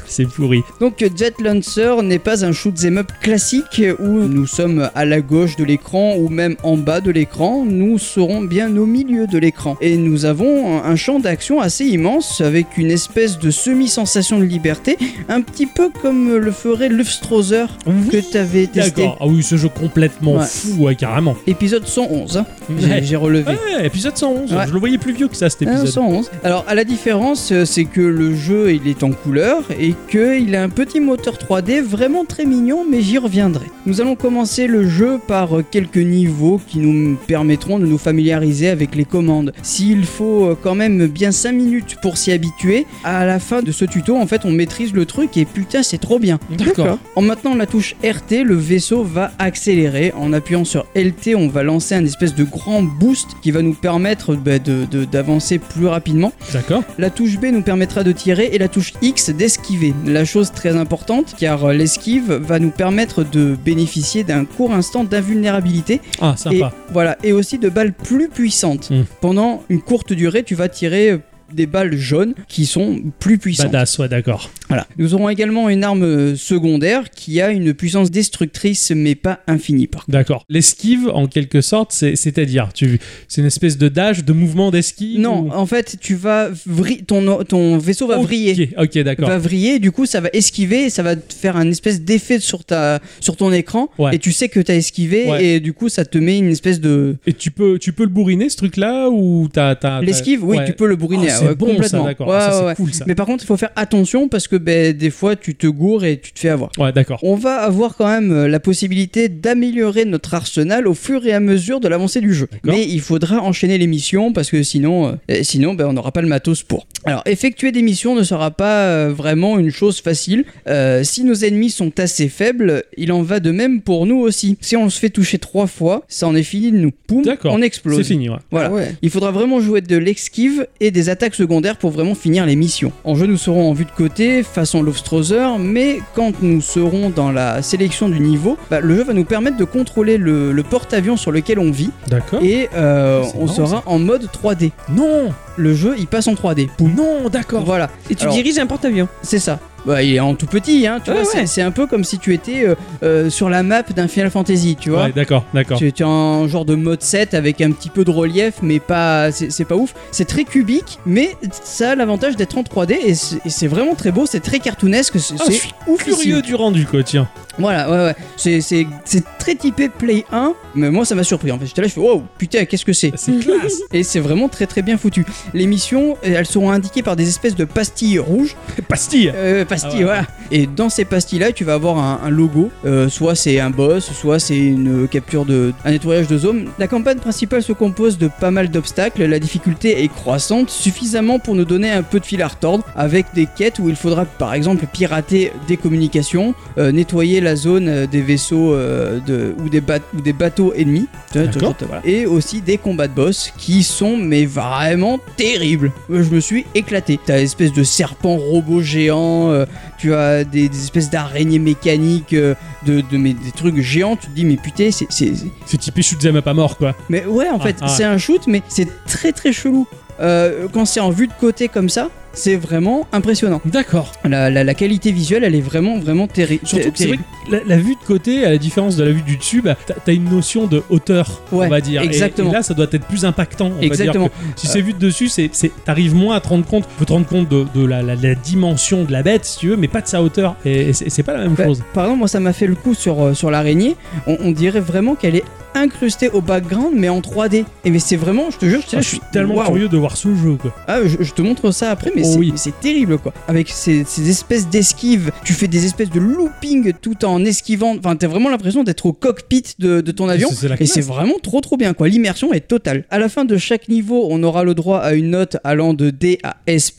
S1: C'est pourri.
S2: Donc Jet Lancer n'est pas un shoot 'em up classique où nous sommes à la gauche de l'écran ou même en bas de l'écran, nous serons bien au milieu de l'écran. Et nous avons un champ d'action assez immense avec une espèce de semi-sensation de liberté, un petit peu comme le ferait Luftstrauser que
S1: Oui,
S2: t'avais testé.
S1: D'accord. Ah oui, ce jeu complètement
S2: Ouais.
S1: fou, ouais, carrément.
S2: Épisode 111, hein. J'ai-
S1: Ouais.
S2: j'ai relevé.
S1: Ouais, épisode 111.
S2: Ouais.
S1: Je le voyais plus vieux que ça, cet
S2: Ah,
S1: épisode.
S2: 111. Alors, à la différence, euh, c'est que le jeu il est en couleur et qu'il a un petit moteur 3D vraiment très mignon, mais j'y reviendrai. Nous allons commencer le jeu par euh, quelques niveaux qui nous permettront de nous familiariser avec les commandes. S'il faut euh, quand même bien 5 minutes pour s'y habituer, à la fin de ce tuto, en fait, on maîtrise le truc et putain, c'est trop bien.
S1: D'accord.
S2: En maintenant la touche RT, le vaisseau va accélérer. En appuyant sur LT, on va lancer un espèce de grand boost qui va nous permettre bah, de- de- d'avancer plus rapidement.
S1: D'accord.
S2: La touche B nous permettra de tirer et la touche X d'esquiver. La chose très importante, car euh, l'esquive va nous permettre de bénéficier d'un court instant d'invulnérabilité
S1: Ah,
S2: et,
S1: sympa.
S2: voilà, et aussi de balles plus puissantes.
S1: Hmm.
S2: Pendant une courte durée, tu vas tirer euh, des balles jaunes qui sont plus puissantes.
S1: Badass, ouais, d'accord.
S2: Voilà. Nous aurons également une arme euh, secondaire qui a une puissance destructrice mais pas infinie par contre.
S1: D'accord. L'esquive, en quelque sorte, c'est- c'est-à-dire, tu, c'est une espèce de dash, de mouvement d'esquive.
S2: Non,
S1: ou-
S2: en fait, tu vas vri- ton, ton vaisseau va
S1: Ok,
S2: vriller.
S1: Ok, d'accord.
S2: Va vriller, du coup, ça va esquiver et ça va te faire un espèce d'effet sur, ta, sur ton écran.
S1: Ouais.
S2: Et tu sais que t'as esquivé
S1: Ouais.
S2: et du coup, ça te met une espèce de.
S1: Et tu peux, tu peux le bourriner, ce truc-là, ou t'as, Ah, t'as- t'as-
S2: L'esquive, oui,
S1: ouais.
S2: tu peux le
S1: Ah,
S2: bourriner
S1: c'est
S2: ouais,
S1: bon, ça,
S2: complètement.
S1: d'accord.
S2: Ouais,
S1: ça, c'est
S2: ouais, ouais.
S1: cool, ça.
S2: Mais par contre, il faut faire attention parce que ben, des fois, tu te gourres et tu te fais avoir.
S1: Ouais, d'accord.
S2: On va avoir quand même euh, la possibilité d'améliorer notre arsenal au fur et à mesure de l'avancée du jeu.
S1: D'accord.
S2: Mais il faudra enchaîner les missions parce que sinon, euh, eh, sinon ben, on n'aura pas le matos pour. Alors, effectuer des missions ne sera pas euh, vraiment une chose facile. Euh, si nos ennemis sont assez faibles, il en va de même pour nous aussi. Si on se fait toucher trois fois, ça en est fini de nous. Poum,
S1: D'accord.
S2: on
S1: C'est
S2: explose.
S1: fini, ouais.
S2: Voilà.
S3: Ah ouais.
S2: Il faudra vraiment jouer de l'esquive et des attaques secondaires pour vraiment finir les missions. En jeu, nous serons en vue de côté, façon Lofstrother, mais quand nous serons dans la sélection du niveau, bah, le jeu va nous permettre de contrôler le, le porte-avions sur lequel on vit
S1: D'accord.
S2: et euh,
S1: Oh. C'est
S2: on
S1: marrant,
S2: sera en mode 3D.
S1: Non
S2: Le jeu, il passe en 3D.
S1: Non, d'accord.
S2: Voilà.
S3: Et tu
S2: Alors-
S3: diriges un porte-avions.
S2: C'est ça. bah, il est en tout petit, hein, tu
S3: Ouais,
S2: vois, c'est-
S3: ouais.
S2: c'est un peu comme si tu étais euh, euh, sur la map d'un Final Fantasy, tu vois.
S1: Ouais, d'accord, d'accord.
S2: Tu tu es en genre de mode 7 avec un petit peu de relief, mais pas, c'est c'est pas ouf. C'est très cubique, mais ça a l'avantage d'être en 3D et c'est et c'est vraiment très beau, c'est très cartoonesque, c'est
S1: Ah, je
S2: c'est
S1: suis
S2: oufissime.
S1: Curieux du rendu, quoi, tiens.
S2: Voilà, ouais, ouais. C'est- C'est c'est très typé Play 1, mais moi ça m'a surpris. En fait, j'étais là, je fais, wow, putain, qu'est-ce que c'est
S1: C'est classe.
S2: Et c'est vraiment très très bien foutu. Les missions, elles seront indiquées par des espèces de pastilles rouges
S1: Pastille.
S2: euh, pastilles,
S1: Ah ouais.
S2: voilà. Et dans ces pastilles-là, tu vas avoir un, un logo. Euh, soit c'est un boss, soit c'est une capture de un nettoyage de zone. La campagne principale se compose de pas mal d'obstacles. La difficulté est croissante, suffisamment pour nous donner un peu de fil à retordre, avec des quêtes où il faudra par exemple pirater des communications, euh, nettoyer la zone euh, des vaisseaux euh, de, ou, des bat- ou des bateaux ennemis. Tu vois,
S1: D'accord.
S2: toujours, voilà. Et aussi des combats de boss qui sont mais vraiment terribles. Euh, Je me suis éclaté. T'as espèce de serpent robot géant, euh, tu as des, des espèces d'araignées mécaniques, euh, de, de- mais des trucs géants. Tu te dis mais putain c'est, c'est- c'est-
S1: C'est typé shoot 'em up à mort, quoi.
S2: mais ouais en
S1: Ah,
S2: fait
S1: ah ouais.
S2: c'est un shoot mais c'est très très chelou. Euh, quand c'est en vue de côté comme ça, c'est vraiment impressionnant.
S1: D'accord.
S2: La, la- la qualité visuelle elle est vraiment vraiment terri-
S1: Surtout
S2: ter-
S1: que c'est vrai
S2: terrible.
S1: que la, la vue de côté, à la différence de la vue du dessus, bah, t'as t'as une notion de hauteur,
S2: Ouais,
S1: on va dire. Et-
S2: exactement.
S1: Et, là, ça doit être plus impactant. on va dire
S2: Exactement.
S1: que si c'est vu de dessus, c'est- c'est- t'arrives moins à te rendre compte. Faut te rendre compte de, de la, la- la dimension de la bête, si tu veux, mais pas de sa hauteur. Et, et c'est c'est pas la même
S2: Bah,
S1: chose.
S2: Par exemple, moi ça m'a fait le coup sur, euh, sur l'araignée. On, on dirait vraiment qu'elle est incrustée au background, mais en 3D. Et mais c'est vraiment, je te jure, j'étais
S1: Ah,
S2: là,
S1: je suis tellement
S2: waouh.
S1: curieux de voir ce jeu, quoi.
S2: Ah, je, je te montre ça après, mais
S1: Oh
S2: c'est
S1: oui.
S2: mais c'est terrible quoi. Avec ces, ces espèces d'esquives, tu fais des espèces de looping tout en esquivant. Enfin, t'as vraiment l'impression d'être au cockpit de, de ton avion.
S1: C'est- c'est la
S2: Et
S1: classe.
S2: c'est vraiment trop trop bien quoi. L'immersion est totale. À la fin de chaque niveau, on aura le droit à une note allant de D à S+,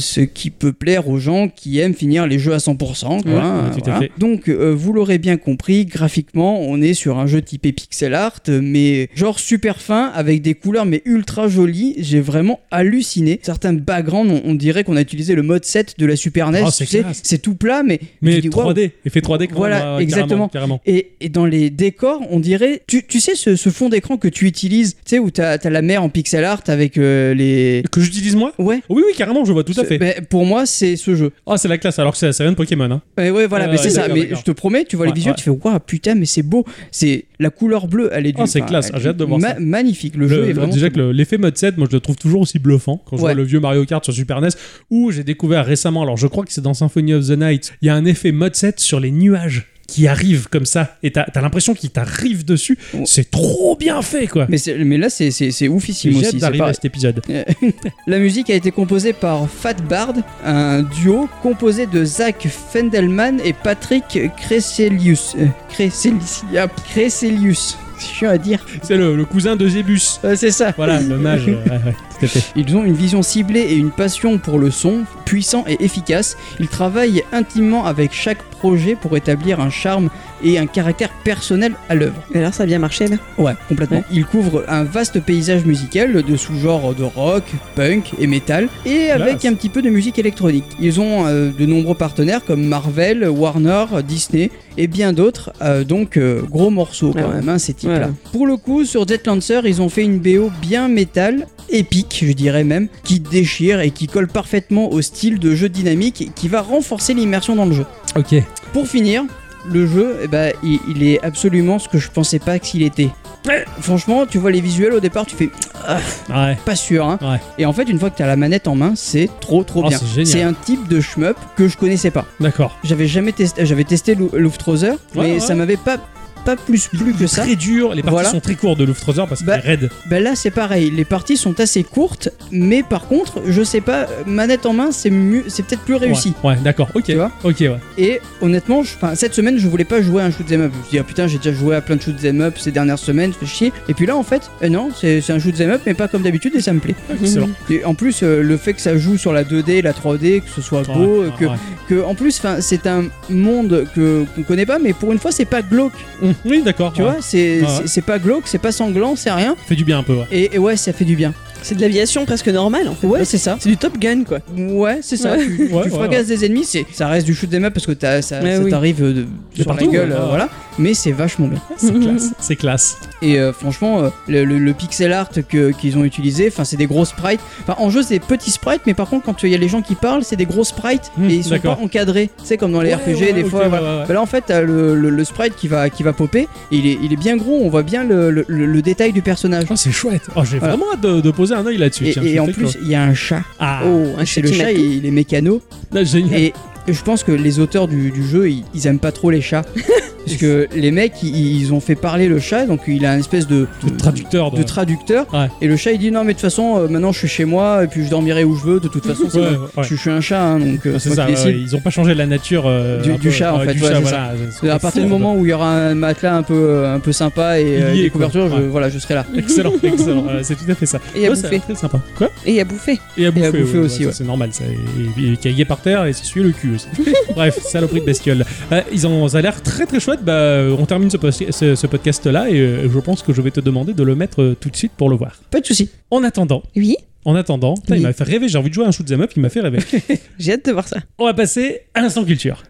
S2: ce qui peut plaire aux gens qui aiment finir les jeux à 100%. Quoi,
S1: Ouais,
S2: hein,
S1: tout à
S2: voilà.
S1: fait.
S2: Donc euh, vous l'aurez bien compris, graphiquement, on est sur un jeu typé pixel art, mais genre super fin avec des couleurs mais ultra jolies. J'ai vraiment halluciné. Certains backgrounds, on, on dirait qu'on a utilisé le mode 7 de la Super NES.
S1: Oh,
S2: tu
S1: c'est
S2: sais,
S1: classe.
S2: c'est tout plat, mais,
S1: Mais
S2: tu dis, waouh,
S1: 3D, effet 3D, quand
S2: Voilà,
S1: même, euh,
S2: exactement.
S1: Carrément, carrément.
S2: et, et dans les décors, on dirait. Tu, tu sais, ce, ce fond d'écran que tu utilises, tu sais, où t'as as la mer en pixel art avec euh, les.
S1: Que j'utilise moi
S2: Ouais.
S1: Oui, oui, carrément, je vois tout à fait.
S2: Ben, pour moi, c'est ce jeu.
S1: Ah, c'est la classe, alors que ça, ça vient de Pokémon. Hein.
S2: Ouais, ouais, voilà,
S1: Ouais,
S2: mais
S1: ouais,
S2: c'est ça.
S1: d'accord,
S2: Mais
S1: d'accord.
S2: je te promets, tu vois
S1: Ouais,
S2: les visuels,
S1: ouais.
S2: tu fais waouh, putain, mais c'est beau. C'est la couleur bleue, elle est du.
S1: Oh, c'est
S2: enfin,
S1: classe,
S2: elle-
S1: j'ai hâte de voir ça.
S2: Magnifique, le,
S1: Le-
S2: jeu est vraiment.
S1: déjà que le- l'effet mode 7, moi je le trouve toujours aussi bluffant quand je vois
S2: Ouais.
S1: le vieux Mario Kart sur Super NES où j'ai découvert récemment, alors je crois que c'est dans Symphony of the Night, il y a un effet mode 7 sur les nuages qui arrivent comme ça et t'as t'as l'impression qu'ils t'arrivent dessus.
S2: Ouais.
S1: C'est trop bien fait quoi.
S2: mais, c'est- mais là, c'est- c'est c'est
S1: J'ai
S2: oufissime
S1: hâte
S2: aussi. c'est
S1: d'arriver
S2: pas-
S1: à cet épisode.
S2: La musique a été composée par Fat Bard, un duo composé de Zach Fendelman et Patrick Creselius. Euh, Creselius. yep, Creselius. C'est chiant à dire.
S1: C'est le, le cousin de Zébus.
S2: Euh, c'est ça.
S1: Voilà, le mage. euh, ouais, ouais, tout à fait.
S2: Ils ont une vision ciblée et une passion pour le son, puissant et efficace. Ils travaillent intimement avec chaque projet pour établir un charme et un caractère personnel à l'œuvre.
S3: Mais alors ça a bien marché là.
S2: Ouais, complètement. Ils couvrent un vaste paysage musical de sous-genres de rock, punk et métal, et avec un petit peu de musique électronique. Ils ont euh, de nombreux partenaires comme Marvel, Warner, Disney et bien d'autres, euh, donc euh, gros morceaux quand
S3: Ah ouais.
S2: même, hein, ces types-là.
S3: Voilà.
S2: Pour le coup, sur Jet Lancer, ils ont fait une BO bien métal, épique, je dirais même, qui déchire et qui colle parfaitement au style de jeu dynamique et qui va renforcer l'immersion dans le jeu.
S1: Ok.
S2: Pour finir, le jeu, eh ben, il, il est absolument ce que je pensais pas qu'il était. Franchement, tu vois les visuels au départ, tu fais
S1: Ouais.
S2: pas sûr. Hein.
S1: Ouais.
S2: Et en fait, une fois que t'as la manette en main, c'est trop trop
S1: Oh,
S2: bien.
S1: c'est génial.
S2: C'est un type de shmup que je connaissais pas.
S1: D'accord.
S2: J'avais jamais testé, j'avais testé Lou- Luftrother, mais
S1: ouais.
S2: ça m'avait pas pas plus plu que ça.
S1: Très dur. Les parties
S2: Voilà.
S1: sont très courtes de Luftrother parce qu'il
S2: Bah,
S1: est raide.
S2: Ben là, c'est pareil. Les parties sont assez courtes, mais par contre, je sais pas, manette en main, c'est mieux, c'est peut-être plus réussi.
S1: Ouais, ouais, d'accord. Ok.
S2: Tu vois
S1: Ok. Ouais.
S2: Et honnêtement, je- enfin, cette semaine, je voulais pas jouer à un shoot 'em up. Je me dis, ah putain, j'ai déjà joué à plein de shoot 'em up ces dernières semaines, je fais chier. Et puis là, en fait, euh, non, c'est c'est un shoot 'em up, mais pas comme d'habitude, et ça me plaît.
S1: Excellent.
S2: Et en plus, euh, le fait que ça joue sur la 2D, la 3D, que ce soit beau,
S1: Ouais,
S2: euh, que,
S1: ouais.
S2: que, en plus, enfin, c'est un monde que qu'on connaît pas, mais pour une fois, c'est pas glauque.
S1: Mmh, Oui, d'accord.
S2: Tu
S1: ouais.
S2: vois, c'est
S1: Ouais.
S2: c'est- c'est pas glauque, c'est pas sanglant, c'est rien.
S1: Fait du bien un peu. Ouais.
S2: Et, et ouais, ça fait du bien.
S3: C'est de l'aviation presque normale en fait.
S2: Ouais, c'est ça.
S3: C'est du Top Gun quoi.
S2: Ouais, c'est ça.
S3: Ouais.
S2: Tu, tu
S1: Ouais, ouais, Eh
S2: fracasses des ennemis, c'est ça reste du shoot 'em up parce que t'as- ça,
S3: Ouais,
S2: ça
S3: oui.
S2: t'arrive euh, de- sur la
S1: partout,
S2: gueule,
S1: ouais.
S2: euh, voilà. Mais c'est vachement bien.
S1: C'est classe. C'est classe.
S2: Et euh, franchement, euh, le, le- le pixel art que- qu'ils ont utilisé, enfin, c'est des gros sprites. Enfin, en jeu, c'est des petits sprites, mais par contre, quand il y a les gens qui parlent, c'est des gros sprites
S1: Hmm,
S2: et ils sont
S1: d'accord.
S2: pas encadrés. C'est comme dans les
S1: Ouais,
S2: RPG,
S1: ouais,
S2: des
S1: ok,
S2: fois.
S1: ouais,
S2: voilà.
S1: ouais, ouais.
S2: Bah là en fait t'as le, le- le sprite qui va qui va popper et il est, il est bien gros on voit bien le, le- le- le détail du personnage
S1: Oh, c'est chouette. Oh, j'ai
S2: Voilà.
S1: vraiment hâte de, de poser un œil là-dessus.
S2: et,
S1: Tiens,
S2: et
S1: je
S2: en
S1: sais que-
S2: plus il y a un chat
S1: Ah,
S2: oh hein, c'est le
S3: qui
S2: chat
S3: m'a
S2: il, il est mécano
S1: là, génial.
S2: et je pense que les auteurs du, du jeu ils, ils aiment pas trop les chats parce que les mecs ils, ils ont fait parler le chat donc il a un espèce de, de-
S1: Traducteur de.
S2: de traducteur
S1: Ouais.
S2: et le chat il dit non mais de toute façon euh, maintenant je suis chez moi et puis je dormirai où je veux de toute façon c'est
S1: Ouais,
S2: moi-
S1: ouais.
S2: Je, je suis un chat hein, donc euh,
S1: C'est
S2: c'est moi
S1: ça,
S2: qui
S1: ouais,
S2: décide
S1: ils ont pas changé la nature euh,
S2: Du-
S1: un
S2: du
S1: peu-
S2: chat, en fait,
S1: du
S2: ouais,
S1: chat,
S2: c'est
S1: voilà. C'est
S2: à partir du
S1: absurde.
S2: moment où il y aura un matelas un peu, un peu sympa et euh,
S1: Lié,
S2: des
S1: quoi.
S2: couvertures, je,
S1: Ouais.
S2: voilà, je serai là.
S1: Excellent, excellent, voilà, c'est tout à fait ça.
S3: Et à
S1: Ouais, c'est
S3: bouffer.
S1: Très sympa. Quoi
S3: Et à bouffer.
S1: Et à bouffer,
S2: bouffer
S1: ouais,
S2: aussi,
S1: ça,
S2: ouais.
S1: C'est normal, ça. Et, et- et caillé par terre et s'essuyer le cul aussi. Bref, saloperie de bestiole. Euh, ils ont, ça a l'air très très chouette. Bah, euh, on termine ce, post- ce- ce podcast-là et euh, je pense que je vais te demander de le mettre euh, tout de suite pour le voir.
S2: Pas de soucis.
S1: En attendant,
S3: Oui,
S1: en attendant, putain, il
S2: Oui.
S1: m'a fait rêver, j'ai envie de jouer à un shoot'em up, il m'a fait rêver.
S3: j'ai hâte de voir ça.
S1: on va passer à l'instant culture.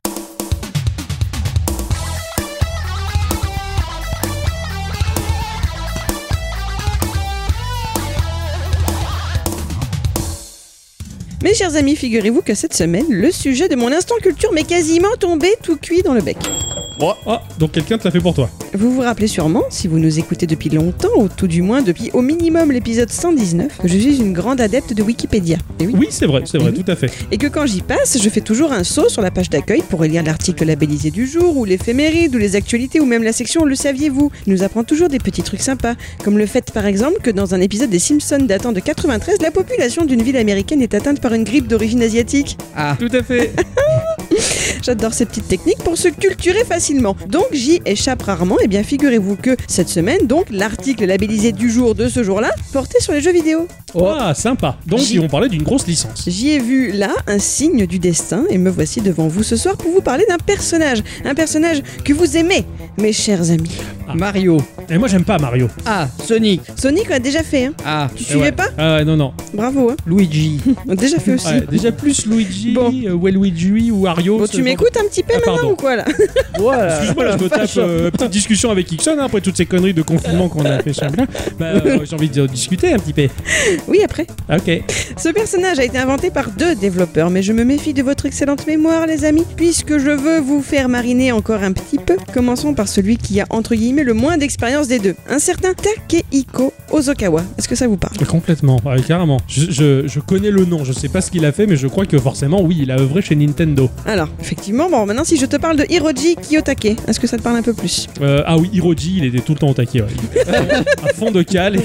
S3: Mes chers amis, figurez-vous que cette semaine, le sujet de mon instant culture m'est quasiment tombé tout cuit dans le bec.
S1: Oh, donc quelqu'un te l'a fait pour toi.
S3: Vous vous rappelez sûrement, si vous nous écoutez depuis longtemps, ou tout du moins depuis au minimum l'épisode 119, que je suis une grande adepte de Wikipédia. Et oui,
S1: Oui, c'est vrai, c'est vrai,
S3: Mhm.
S1: tout à fait.
S3: et que quand j'y passe, je fais toujours un saut sur la page d'accueil pour lire l'article labellisé du jour, ou l'éphéméride, ou les actualités, ou même la section Le saviez-vous Il nous apprend toujours des petits trucs sympas, comme le fait par exemple que dans un épisode des Simpsons datant de 93, la population d'une ville américaine est atteinte par une grippe d'origine asiatique.
S2: Ah,
S1: Tout à fait.
S3: J'adore ces petites techniques pour se culturer facilement. Donc j'y échappe rarement, et bien figurez-vous que cette semaine, donc, l'article labellisé du jour de ce jour-là portait sur les jeux vidéo.
S1: Ah, sympa. Donc,
S3: J'y-
S1: ils vont parler d'une grosse licence.
S3: J'y ai vu là un signe du destin et me voici devant vous ce soir pour vous parler d'un personnage, un personnage que vous aimez, mes chers amis.
S1: Ah.
S2: Mario.
S1: Et moi, j'aime pas Mario.
S2: Ah, Sonic.
S3: Sonic l'a déjà fait, hein
S2: Ah,
S3: Tu suivais
S1: ouais.
S3: pas
S1: Ah, non, non.
S3: Bravo, hein
S2: Luigi.
S3: On l'a Déjà fait aussi.
S1: Ouais, déjà plus Luigi,
S3: Bon.
S1: euh, Waluigi ou Wario.
S3: Bon,
S1: ce
S3: tu
S1: genre de-
S3: m'écoutes un petit peu
S1: Ah,
S3: maintenant
S1: pardon.
S3: ou quoi là
S2: Voilà.
S1: Excuse-moi, là, je me tape euh, petite discussion avec Ixon hein, après toutes ces conneries de confinement qu'on a fait chacun. Bah, euh, j'ai envie de discuter un petit peu.
S3: Oui, après.
S1: Ok.
S3: Ce personnage a été inventé par deux développeurs, mais je me méfie de votre excellente mémoire, les amis, puisque je veux vous faire mariner encore un petit peu. Commençons par celui qui a entre guillemets le moins d'expérience des deux, un certain Takehiko Ozokawa. Est-ce que ça vous parle
S1: Complètement, ouais, carrément. Je, je- je connais le nom, je sais pas ce qu'il a fait, mais je crois que forcément, oui, il a œuvré chez Nintendo.
S3: Alors, effectivement, bon, maintenant si je te parle de Hiroji Kiyotake, est-ce que ça te parle un peu plus
S1: Euh, ah oui, Hiroji, il était tout le temps au taquet. ouais. Il- à fond de cale.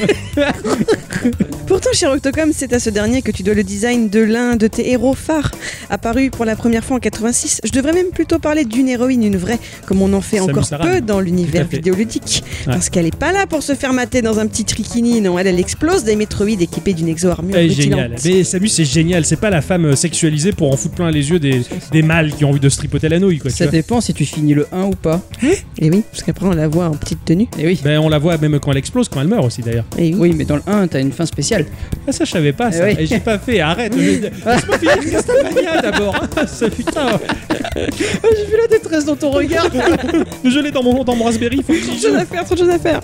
S3: Pourtant, chez Octocom, c'est à ce dernier que tu dois le design de l'un de tes héros phares, apparu pour la première fois en 86. Je devrais même plutôt parler d'une héroïne, une vraie, comme on en fait
S1: Samus
S3: encore
S1: Aran.
S3: peu dans l'univers
S1: Tout à fait.
S3: vidéoludique.
S1: Ouais.
S3: Parce qu'elle est pas là pour se faire mater dans un petit triquini, non, elle, elle explose des métroïdes équipés d'une exo-armure
S1: Eh,
S3: rutilante.
S1: génial. Mais Samus, c'est génial. C'est pas la femme euh, sexualisée pour en foutre plein les yeux des, des mâles qui ont envie de se tripoter la nouille. Quoi, tu
S2: Ça
S1: vois.
S2: dépend si tu finis le 1 ou pas.
S3: Et Eh oui, parce qu'après, on la voit en petite tenue.
S2: Et oui.
S1: Ben, on la voit même quand elle explose, quand elle meurt aussi d'ailleurs.
S3: Et oui.
S2: Oui, mais dans le 1, t'as une fin spéciale.
S1: Ah, ça, je savais pas, ça.
S2: Eh oui.
S1: Et J'ai pas fait, arrête. je- Laisse-moi finir le Castlevania d'abord. Ah, ça, putain.
S2: J'ai vu la détresse dans ton regard.
S1: Je l'ai dans mon, dans mon Raspberry, il faut que j'y
S3: Trop de
S1: joue.
S3: choses à faire, trop de choses à faire.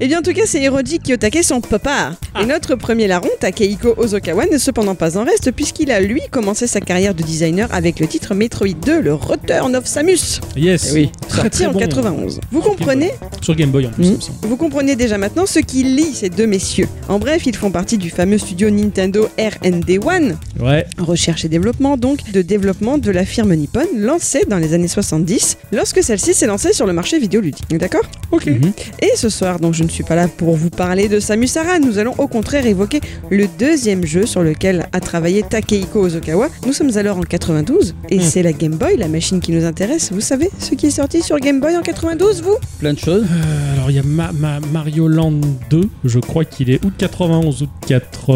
S3: Et bien en tout cas, c'est Hiroji Kiyotake son papa.
S1: Ah.
S3: Et notre premier larron, Takehiko Ozokawa, n'est cependant pas en reste puisqu'il a lui commencé sa carrière de designer avec le titre Metroid 2, le Return of Samus,
S1: Yes.
S2: Eh oui.
S1: Très,
S3: sorti
S1: très
S3: en
S1: bon.
S3: 91. Vous
S1: Sur Game
S3: comprenez
S1: Sur Game Boy en plus.
S3: Mhm.
S1: il me semble.
S3: vous comprenez déjà maintenant ce qui lie ces deux messieurs. En bref, ils font partie du fameux studio Nintendo RND1,
S1: Ouais.
S3: recherche et développement donc de développement de la firme Nippon lancée dans les années 70 lorsque celle-ci s'est lancée sur le marché vidéoludique. D'accord
S1: Ok.
S3: et ce soir, donc je ne suis pas là pour vous parler de Samus Aran, nous allons au contraire évoquer le deuxième jeu sur lequel a travaillé Takehiko Ozokawa. Nous sommes alors en 92 et
S1: Mm.
S3: c'est la Game Boy, la machine qui nous intéresse. Vous savez ce qui est sorti sur Game Boy en 92, vous
S2: Plein de choses.
S1: Euh, alors, il y a Ma- Ma- Mario Land 2. Je crois qu'il est août 91, août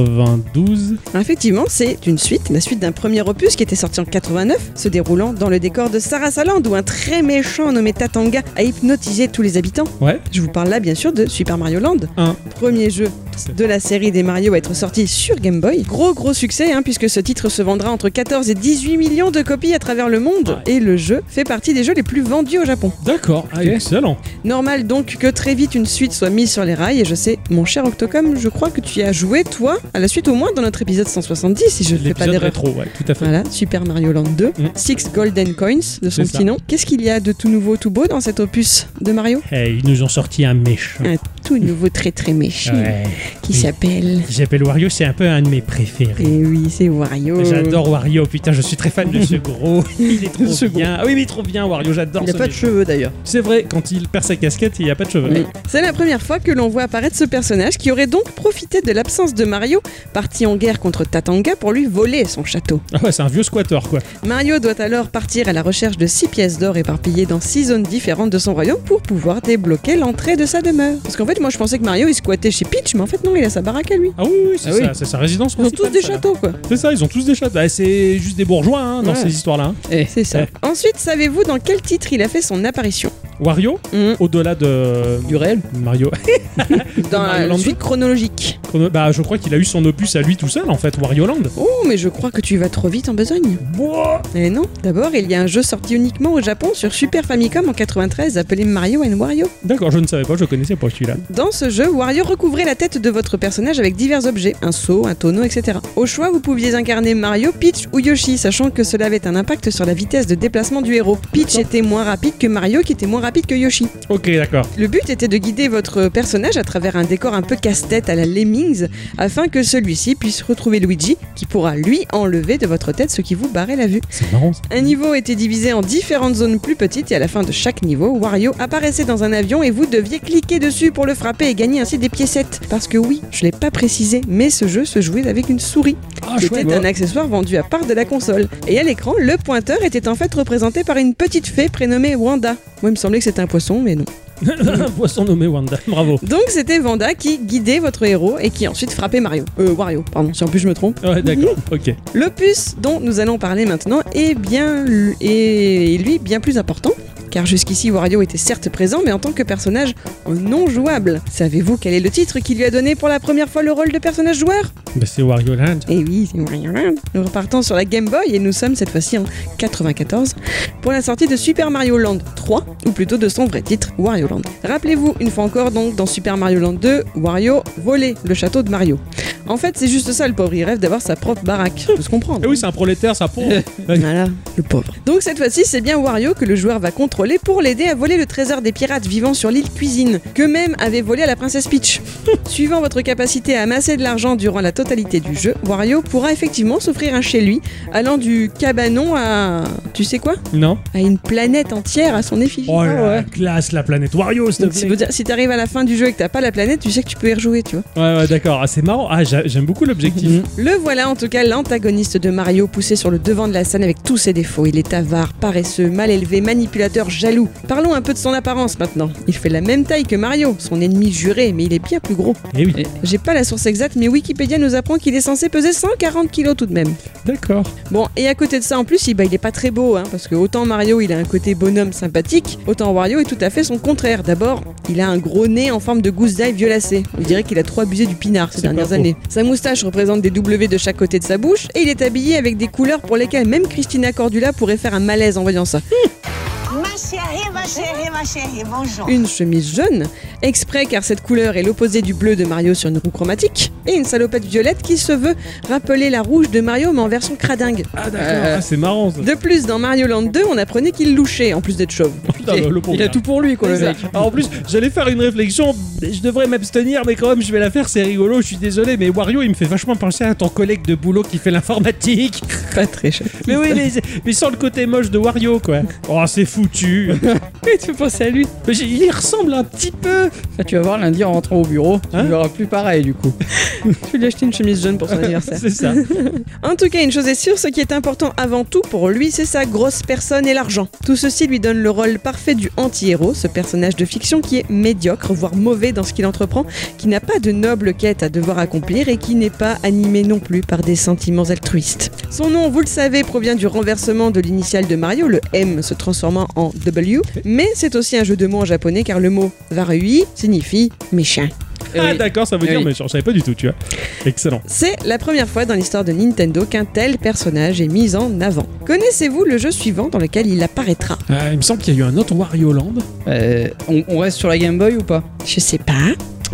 S1: 92.
S3: Alors, Effectivement, c'est une suite, la suite d'un premier opus qui était sorti en 89, se déroulant dans le décor de Sarasaland où un très méchant nommé Tatanga a hypnotisé tous les habitants.
S1: Ouais.
S3: Je vous parle là bien sûr de Super Mario Land.
S1: Un.
S3: Premier jeu de la série des Mario à être sorti sur Game Boy. Gros gros succès hein, puisque ce titre se vendra entre 14 et 18 millions de copies à travers le monde et le jeu fait partie des jeux les plus vendus au Japon.
S1: D'accord, ah, excellent.
S3: Normal donc que très vite une suite soit mise sur les rails et je sais, mon cher Octocom, je crois que tu y as joué toi à la suite au moins dans notre épisode 170 si je ne fais pas
S1: L'épisode
S3: d'erreur.
S1: rétro, ouais, tout à fait.
S3: Voilà, Super Mario Land 2,
S1: Mm.
S3: Six Golden Coins de son
S1: C'est ça.
S3: petit nom. Qu'est-ce qu'il y a de tout nouveau, tout beau dans cet opus de Mario
S1: Eh, ils nous ont sorti un méchant.
S3: Un tout nouveau très très méchant
S1: Ouais.
S3: qui
S1: Oui.
S3: s'appelle.
S1: J'appelle Wario, c'est un peu un de mes préférés.
S3: Et Eh oui, c'est Wario.
S1: J'adore Wario, putain, je suis très fan de ce gros. Il est trop bien. Ah oui, mais il est trop bien, Wario, j'adore
S2: Il a
S1: ce
S2: pas de
S1: mec.
S2: cheveux d'ailleurs.
S1: C'est vrai, quand il perd sa casquette, il n'y a pas de cheveux.
S3: Oui. C'est la première fois que l'on voit apparaître ce personnage qui aurait donc profité de l'absence de Mario, parti en guerre contre Tatanga pour lui voler son château.
S1: Ah ouais, c'est un vieux squatter, quoi.
S3: Mario doit alors partir à la recherche de six pièces d'or éparpillées dans six zones différentes de son royaume pour pouvoir débloquer l'entrée de sa demeure. Parce qu'en fait, moi je pensais que Mario il squattait chez Peach, mais en fait non, il a sa baraque à lui.
S1: Ah oui, oui, c'est
S2: Ah oui.
S1: ça, c'est sa résidence
S3: Ils ont tous
S1: principale,
S3: des
S1: ça, là.
S3: châteaux quoi.
S1: C'est ça, ils ont tous des châteaux. Ah, c'est juste des bourgeois hein, dans
S2: Ouais.
S1: ces histoires-là. hein.
S3: C'est ça.
S1: Ouais.
S3: Ensuite, savez-vous dans quel titre il a fait son apparition
S1: Wario,
S3: Hmm.
S1: au-delà de euh,
S2: Du réel
S1: Mario.
S3: Dans
S1: Mario Land
S3: la Euh, suite chronologique.
S1: bah, je crois qu'il a eu son opus à lui tout seul, en fait, Wario Land.
S3: Oh, mais je crois que tu vas trop vite en besogne.
S1: Wouah
S3: Eh non, d'abord, il y a un jeu sorti uniquement au Japon sur Super Famicom en 93 appelé Mario and Wario.
S1: D'accord, je ne savais pas, je connaissais pas celui-là.
S3: Dans ce jeu, Wario recouvrait la tête de votre personnage avec divers objets, un seau, un tonneau, etc. Au choix, vous pouviez incarner Mario, Peach ou Yoshi, sachant que cela avait un impact sur la vitesse de déplacement du héros. Peach était moins rapide que Mario, qui était moins rapide que Yoshi.
S1: Ok, d'accord.
S3: Le but était de guider votre personnage à travers un décor un peu casse-tête à la Lemmings afin que celui-ci puisse retrouver Luigi qui pourra lui enlever de votre tête ce qui vous barrait la vue.
S1: C'est marrant. ça.
S3: Un niveau était divisé en différentes zones plus petites et à la fin de chaque niveau, Wario apparaissait dans un avion et vous deviez cliquer dessus pour le frapper et gagner ainsi des piécettes. Parce que oui, je l'ai pas précisé, mais ce jeu se jouait avec une souris
S1: Ah,
S3: qui était
S1: ouais.
S3: un accessoire vendu à part de la console. Et à l'écran, le pointeur était en fait représenté par une petite fée prénommée Wanda. Moi, il me semblait que c'était un poisson, mais non.
S1: Un poisson nommé Wanda. Bravo.
S3: Donc c'était Vanda qui guidait votre héros et qui ensuite frappait Mario. Euh, Wario, pardon, si en plus je me trompe.
S1: Ouais, d'accord. Ok.
S3: L'opus dont nous allons parler maintenant est bien, l- est lui bien plus important. Car jusqu'ici, Wario était certes présent, mais en tant que personnage non jouable. Savez-vous quel est le titre qui lui a donné pour la première fois le rôle de personnage joueur
S1: Bah, c'est Wario Land.
S3: Eh oui, c'est Wario Land. Nous repartons sur la Game Boy et nous sommes cette fois-ci en 94 pour la sortie de Super Mario Land 3, ou plutôt de son vrai titre, Wario Land. Rappelez-vous, une fois encore, donc, dans Super Mario Land 2, Wario volait le château de Mario. En fait, c'est juste ça, le pauvre, il rêve d'avoir sa propre baraque. Je peux se comprendre.
S1: Eh oui, c'est un prolétaire, ça pour.
S3: Voilà, le pauvre. Donc cette fois-ci, c'est bien Wario que le joueur va contrôler pour l'aider à voler le trésor des pirates vivant sur l'île Cuisine, qu'eux-mêmes avaient volé à la princesse Peach. Suivant votre capacité à amasser de l'argent durant la totalité du jeu, Wario pourra effectivement s'offrir un chez lui, allant du cabanon à... tu sais quoi
S1: non
S3: À une planète entière à son effigie.
S1: Oh la
S3: Ah ouais.
S1: classe, la planète Wario, s'il
S3: Donc,
S1: te
S3: ça
S1: plaît.
S3: veut dire, si t'arrives à la fin du jeu et que t'as pas la planète, tu sais que tu peux y rejouer, tu vois.
S1: Ouais, ouais, d'accord. Ah, c'est marrant. Ah, j'a- j'aime beaucoup l'objectif.
S3: Le voilà en tout cas l'antagoniste de Mario poussé sur le devant de la scène avec tous ses défauts. Il est avare, paresseux, mal élevé, manipulateur, jaloux. Parlons un peu de son apparence maintenant. Il fait la même taille que Mario, son ennemi juré, mais il est bien plus gros.
S1: Eh oui,
S3: J'ai pas la source exacte, mais Wikipédia nous apprend qu'il est censé peser 140 kilos tout de même.
S1: d'accord.
S3: Bon, et à côté de ça en plus, il, bah, il est pas très beau, hein, parce que autant Mario il a un côté bonhomme sympathique, autant Wario est tout à fait son contraire. D'abord, il a un gros nez en forme de gousse d'ail violacée. On dirait qu'il a trop abusé du pinard ces
S1: C'est pas
S3: dernières
S1: faux.
S3: années. Sa moustache représente des W de chaque côté de sa bouche, et il est habillé avec des couleurs pour lesquelles même Christina Cordula pourrait faire un malaise en voyant ça.
S6: Ma chérie, ma chérie, ma chérie, bonjour.
S3: Une chemise jaune, exprès car cette couleur est l'opposé du bleu de Mario sur une roue chromatique, et une salopette violette qui se veut rappeler la rouge de Mario mais en version cradingue.
S1: Ah, d'accord. Ah, c'est marrant. Ça.
S3: De plus, dans Mario Land 2, on apprenait qu'il louchait en plus d'être chauve.
S1: Putain, Euh, le, le pauvre,
S2: Il a
S1: là.
S2: tout pour lui quoi le
S1: C'est
S2: mec.
S1: ça. Ah, en plus, j'allais faire une réflexion. Je devrais m'abstenir, mais quand même, je vais la faire. C'est rigolo. Je suis désolé, mais Wario, il me fait vachement penser à ton collègue de boulot qui fait l'informatique.
S3: Pas très chauve.
S1: Mais oui, mais, mais sans le côté moche de Wario, quoi. Oh, c'est foutu.
S2: Mais tu penses à lui
S1: Mais j'ai- il y ressemble un petit peu.
S2: Ça, Ah, Tu vas voir lundi en rentrant au bureau, tu
S1: Hein
S2: ne verras plus pareil du coup.
S3: Je lui ai acheté une chemise jaune pour son anniversaire.
S1: C'est ça.
S3: En tout cas, une chose est sûre, ce qui est important avant tout pour lui, c'est sa grosse personne et l'argent. Tout ceci lui donne le rôle parfait du anti-héros, ce personnage de fiction qui est médiocre, voire mauvais dans ce qu'il entreprend, qui n'a pas de noble quête à devoir accomplir et qui n'est pas animé non plus par des sentiments altruistes. Son nom, vous le savez, provient du renversement de l'initiale de Mario, le M se transformant en W, mais c'est aussi un jeu de mots en japonais car le mot Varui signifie méchant.
S1: Ah,
S2: oui.
S1: d'accord, ça veut
S2: Eh
S1: dire,
S2: oui.
S1: mais je savais pas du tout, tu vois. Excellent.
S3: C'est la première fois dans l'histoire de Nintendo qu'un tel personnage est mis en avant. Connaissez-vous le jeu suivant dans lequel il apparaîtra
S1: Ah, il me semble qu'il y a eu un autre Wario Land.
S2: Euh, on, on reste sur la Game Boy ou pas
S3: Je sais pas.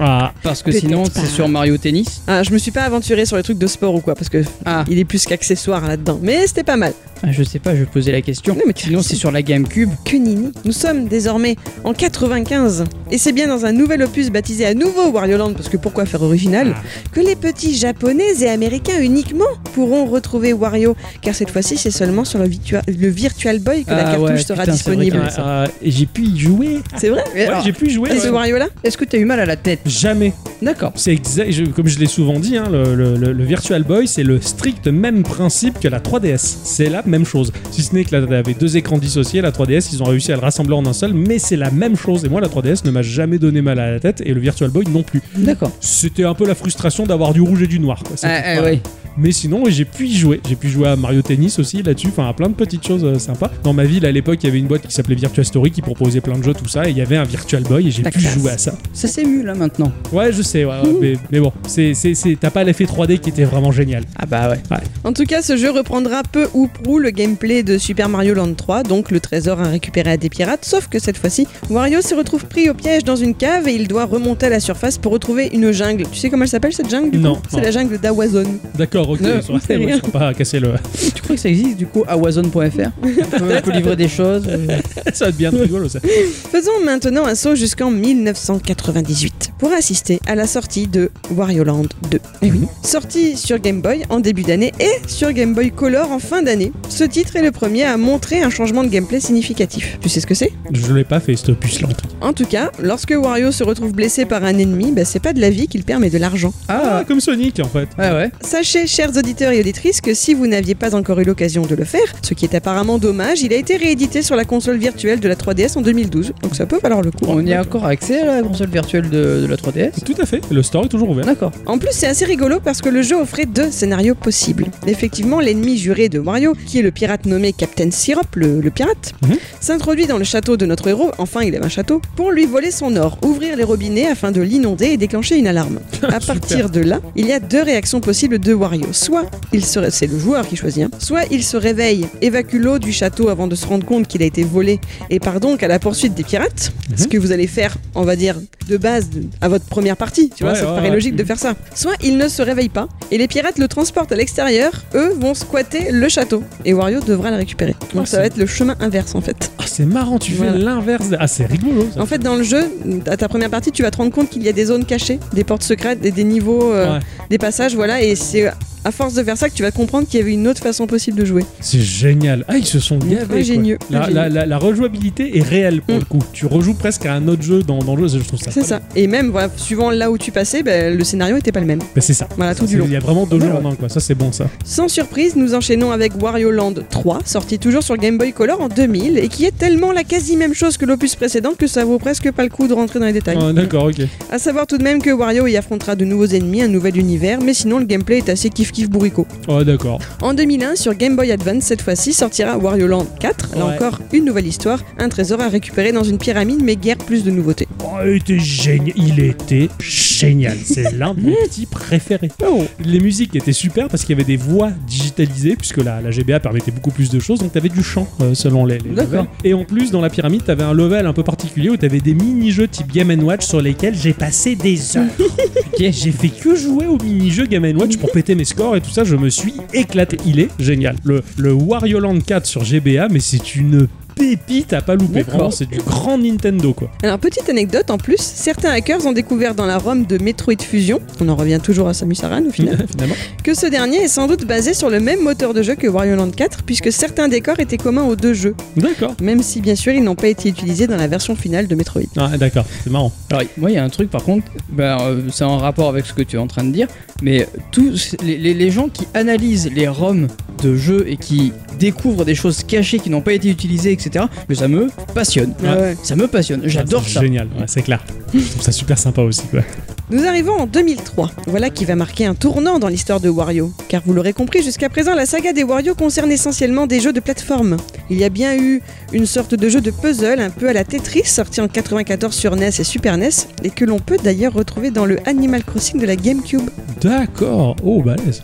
S1: Ah,
S2: Parce que
S3: Peut-être
S2: sinon,
S3: pas.
S2: c'est sur Mario Tennis.
S3: Ah, je me suis pas aventuré sur les trucs de sport ou quoi, parce que
S2: Ah.
S3: il est plus qu'accessoire là-dedans. Mais c'était pas mal.
S2: Ah, Je sais pas, je posais la question.
S3: Non, mais tu-
S2: Sinon, c'est sur la GameCube.
S3: Que nini. Nous sommes désormais en 95, et c'est bien dans un nouvel opus baptisé à nouveau Wario Land, parce que pourquoi faire
S2: Ah.
S3: original, que les petits japonais et américains uniquement pourront retrouver Wario, car cette fois-ci c'est seulement sur le, Virtua- le Virtual Boy que la
S2: Ah
S3: cartouche
S2: ouais,
S3: sera
S2: putain, c'est vrai
S3: disponible.
S2: qu'il y avait ça.
S1: ah, et j'ai pu y jouer.
S3: C'est vrai
S2: Mais
S1: Ouais,
S2: alors,
S1: j'ai pu y jouer.
S3: Et
S1: ouais.
S3: ce Wario-là
S2: Est-ce que t'as eu mal à la tête
S1: Jamais.
S2: D'accord.
S1: C'est exact. je- comme je l'ai souvent dit, hein, le, le- le- le Virtual Boy, c'est le strict même principe que la 3DS. C'est la même chose. Si ce n'est que là, t'avais deux écrans dissociés, la 3DS, ils ont réussi à le rassembler en un seul, mais c'est la même chose. Et moi, la 3DS ne m'a jamais donné mal à la tête, et le Virtual Boy non plus.
S2: D'accord.
S1: C'était un peu la frustration d'avoir du rouge et du noir. Quoi. C'est
S2: Hmm. Ah,
S1: tout.
S2: ah,
S1: Voilà.
S2: ouais.
S1: Mais sinon, ouais, j'ai pu y jouer. J'ai pu jouer à Mario Tennis aussi là-dessus, enfin à plein de petites choses euh, sympas. Dans ma ville, à l'époque, il y avait une boîte qui s'appelait Virtua Story qui proposait plein de jeux, tout ça, et il y avait un Virtual Boy et j'ai
S3: La
S1: pu
S3: classe.
S1: jouer à ça.
S2: Ça s'émue là maintenant.
S1: Ouais, je sais, ouais, ouais, mais, mais bon, c'est, c'est, c'est- t'as pas l'effet 3D qui était vraiment génial.
S2: Ah bah ouais.
S3: En tout cas, ce jeu reprendra peu ou prou le gameplay de Super Mario Land 3, donc le trésor à récupérer à des pirates, sauf que cette fois-ci, Wario se retrouve pris au piège dans une cave et il doit remonter à la surface pour retrouver une jungle. Tu sais comment elle s'appelle cette jungle du
S1: Non,
S3: coup
S1: non.
S3: C'est la jungle d'Awazone.
S1: D'accord, ok,
S2: Non,
S1: ils sont restés,
S3: c'est
S1: ouais,
S3: rien.
S1: ils sont pas cassés le.
S2: Tu crois que ça existe du coup à Wazone.fr on, peut- on peut livrer des choses. euh,
S1: ça va être bien rigolo ça.
S3: Faisons maintenant un saut jusqu'en 1998 pour assister à la sortie de Wario Land 2. Eh
S1: Mhm.
S3: oui. Sorti sur Game Boy en début d'année et sur Game Boy Color en fin d'année, ce titre est le premier à montrer un changement de gameplay significatif. Tu sais ce que c'est
S1: Je l'ai pas fait, cette opus lente.
S3: En tout cas, lorsque Wario se retrouve blessé par un ennemi, bah, c'est pas de la vie qu'il perd mais de l'argent.
S1: Ah,
S2: Ah
S1: comme Sonic en fait.
S2: ouais ouais.
S3: Sachez, chers auditeurs et auditrices, que si vous n'aviez pas encore eu l'occasion de le faire, ce qui est apparemment dommage, il a été réédité sur la console virtuelle de la 3DS en 2012, donc ça peut valoir le coup.
S2: On y a encore accès à la console virtuelle de, de la 3DS
S1: Tout à fait, le store est toujours ouvert.
S2: D'accord.
S3: En plus, c'est assez rigolo parce que le jeu offrait deux scénarios possibles. Effectivement, l'ennemi juré de Wario, qui est le pirate nommé Captain Syrup, le, le pirate,
S1: Mhm.
S3: s'introduit dans le château de notre héros, enfin il avait un château, pour lui voler son or, ouvrir les robinets afin de l'inonder et déclencher une alarme. À partir de là, il y a deux réactions possibles de Wario. Soit il se, ré- c'est le joueur qui choisit, hein. soit il se réveille, évacue l'eau du château avant de se rendre compte qu'il a été volé et part donc à la poursuite des pirates,
S1: Mhm.
S3: ce que vous allez faire, on va dire, de base de- à votre première partie, tu vois,
S1: Ouais,
S3: ça te
S1: ouais,
S3: paraît
S1: ouais.
S3: logique de faire ça. Soit il ne se réveille pas et les pirates le transportent à l'extérieur, eux vont squatter le château et Wario devra le récupérer. Donc
S1: Ah,
S3: ça va
S1: c'est-
S3: être le chemin inverse en fait.
S1: Ah, c'est marrant, tu fais
S3: Voilà.
S1: l'inverse. de- Ah, c'est rigolo ça.
S3: En fait, dans le jeu, à ta première partie, tu vas te rendre compte qu'il y a des zones cachées, des portes secrètes et des niveaux, euh,
S1: Ouais.
S3: des passages, voilà, et c'est à force de faire ça que tu vas comprendre qu'il y avait une autre façon possible de jouer.
S1: C'est génial. Ah, ils se sont gavés. quoi.
S3: Ingénieux,
S1: La,
S3: ingénieux.
S1: la- la- la rejouabilité est réelle pour
S3: Mm.
S1: le coup. Tu rejoues presque à un autre jeu dans, dans le jeu. Je trouve ça.
S3: C'est
S1: pas
S3: ça. Et même, voilà, suivant là où tu passais, ben, le scénario n'était pas le même.
S1: mal. Bah, c'est ça.
S3: Voilà, tout
S1: C'est-
S3: du long.
S1: Il y a vraiment deux
S2: Ouais,
S1: jeux en
S2: ouais.
S1: un, quoi. Ça, c'est bon, ça.
S3: Sans surprise, nous enchaînons avec Wario Land 3, sorti toujours sur Game Boy Color en 2000, et qui est tellement la quasi même chose que l'opus précédent que ça vaut presque pas le coup de rentrer dans les détails.
S1: Ah, D'accord, ok.
S3: À savoir tout de même que Wario y affrontera de nouveaux ennemis, un nouvel univers, mais sinon le gameplay est assez kiff kiff bourricot.
S1: Oh, d'accord.
S3: En 2001, sur Game Boy Advance, cette fois-ci, sortira Wario Land 4, là
S1: Ouais.
S3: encore une nouvelle histoire, un trésor à récupérer dans une pyramide, mais guère plus de nouveautés.
S1: Oh, il était génial. Il était génial. C'est l'un de mes petits préférés.
S2: Oh.
S1: Les musiques étaient super parce qu'il y avait des voix digitalisées, puisque la, la GBA permettait beaucoup plus de choses. Donc, t'avais du chant euh, selon les. les
S2: D'accord.
S1: levels. Et en plus, dans la pyramide, t'avais un level un peu particulier où t'avais des mini-jeux type Game Watch sur lesquels j'ai passé des heures.
S2: Ok.
S1: J'ai fait que jouer au mini-jeu Game Watch pour péter mes scores et tout ça, je me suis éclaté. Il est génial. Le, le Wario Land 4 sur GBA, mais c'est une pépite à pas louper.
S2: D'accord.
S1: Vraiment, c'est du grand Nintendo quoi.
S3: Alors, petite anecdote en plus, certains hackers ont découvert dans la ROM de Metroid Fusion, on en revient toujours à Samus Aran au final,
S1: Finalement.
S3: que ce dernier est sans doute basé sur le même moteur de jeu que Wario Land 4, puisque certains décors étaient communs aux deux jeux,
S1: D'accord.
S3: même si bien sûr ils n'ont pas été utilisés dans la version finale de Metroid.
S1: Ah, d'accord, c'est marrant.
S2: Alors, moi, il y a un truc, par contre, ben, euh, c'est en rapport avec ce que tu es en train de dire, mais tous les, les- les gens qui analysent les ROM de jeux et qui découvrent des choses cachées qui n'ont pas été utilisées, etc., que ça me passionne. Euh,
S1: Ouais.
S2: Ça me passionne, j'adore
S1: C'est
S2: ça.
S1: Génial, ouais, c'est clair. je trouve ça super sympa aussi quoi.
S3: Nous arrivons en 2003. Voilà qui va marquer un tournant dans l'histoire de Wario. Car vous l'aurez compris, jusqu'à présent, la saga des Wario concerne essentiellement des jeux de plateforme. Il y a bien eu une sorte de jeu de puzzle, un peu à la Tetris, sorti en 94 sur NES et Super NES, et que l'on peut d'ailleurs retrouver dans le Animal Crossing de la GameCube.
S1: D'accord. Oh, balèze.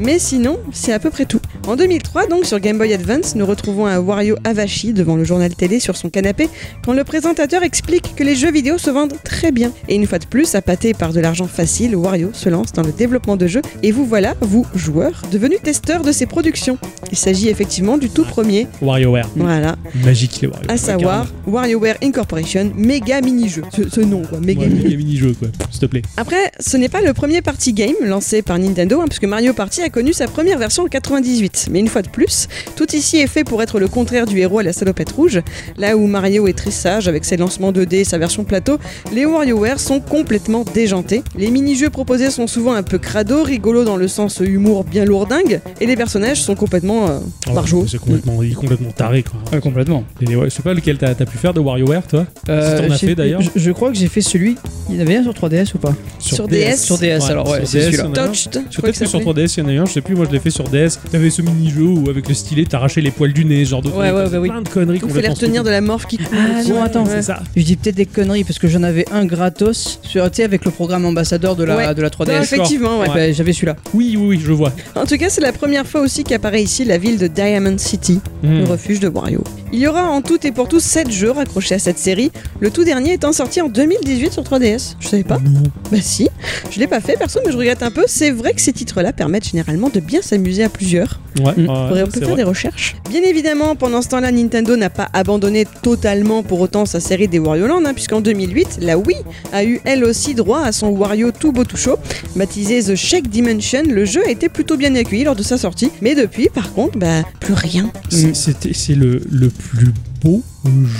S3: Mais sinon, c'est à peu près tout. En 2003, donc, sur Game Boy Advance, nous retrouvons un Wario Avashi devant le journal télé sur son canapé, quand le présentateur explique que les jeux vidéo se vendent très bien. Et une fois de plus, appâté par de l'argent facile, Wario se lance dans le développement de jeux, et vous voilà, vous, joueurs, devenus testeurs de ses productions. Il s'agit effectivement du tout premier,
S1: WarioWare.
S3: voilà,
S1: Magique, les WarioWare.
S3: à savoir WarioWare Incorporation, méga mini-jeu. Ce, ce nom, quoi, méga
S1: Ouais,
S3: mini
S1: méga mini-jeu, quoi. S'il te plaît.
S3: après, ce n'est pas le premier party game lancé par Nintendo, hein, puisque Mario Party a connu sa première version en 98. Mais une fois de plus, tout ici est fait pour être le contraire du héros à la salopette rouge. Là où Mario est très sage avec ses lancements 2D et sa version plateau, les WarioWare sont complètement déjantés. Les mini-jeux proposés sont souvent un peu crado, rigolo dans le sens humour bien lourdingue, et les personnages sont complètement euh,
S1: Ah ouais,
S3: barjots.
S1: C'est complètement, il est complètement taré, quoi.
S2: Ouais, complètement.
S1: Et ouais, je sais pas lequel t'as t'as pu faire de WarioWare, toi
S2: Euh,
S1: t'en as
S2: j'ai-
S1: fait, d'ailleurs.
S2: je, je crois que j'ai fait celui. Il y en avait un sur 3DS ou pas
S3: Sur DS.
S2: Sur DS, alors ouais,
S1: sur
S2: c'est
S1: DS,
S2: celui-là.
S1: on a un.
S3: Touched, je
S1: Je
S3: crois
S1: crois
S3: que
S1: que
S3: ça
S1: sur
S3: s'appelait.
S1: 3DS, il y en a eu un, je sais plus, moi je l'ai fait sur DS. T'avais ce mini-jeu où avec le stylet t'arrachais les poils du nez, ce genre de
S2: Ouais,
S1: trucs.
S2: ouais, ouais, oui.
S1: plein de conneries
S3: Il fallait
S1: complètement
S3: retenir de la morphe qui coule.
S2: Ah non, attends.
S1: stupides. C'est ça.
S2: Je dis peut-être des conneries parce que j'en avais un gratos sur, tu sais, avec le programme ambassadeur de la,
S3: Ouais.
S2: de la
S3: Non,
S2: 3DS.
S3: effectivement, ouais.
S2: Ouais, bah, j'avais celui-là.
S1: Oui, oui, oui, je vois.
S3: En tout cas, c'est la première fois aussi qu'apparaît ici la ville de Diamond City.
S1: Hmm.
S3: le refuge de Wario. Il y aura en tout et pour tout 7 jeux raccrochés à cette série, le tout dernier étant sorti en 2018 sur 3DS. Je savais pas
S1: Non.
S3: Bah si, je l'ai pas fait perso, mais je regrette un peu. C'est vrai que ces titres-là permettent généralement de bien s'amuser à plusieurs.
S1: Ouais,
S2: Mm.
S1: ouais,
S3: Faudrait-
S1: c'est
S3: on peut faire
S1: vrai.
S3: des recherches. Bien évidemment, pendant ce temps-là, Nintendo n'a pas abandonné totalement pour autant sa série des Wario Land, hein, puisqu'en 2008, la Wii a eu elle aussi droit à son Wario tout beau tout chaud. Baptisé The Shake Dimension, le jeu a été plutôt bien accueilli lors de sa sortie. Mais depuis, par contre, bah, plus rien.
S1: C'est- c'était- C'est le, le plus beau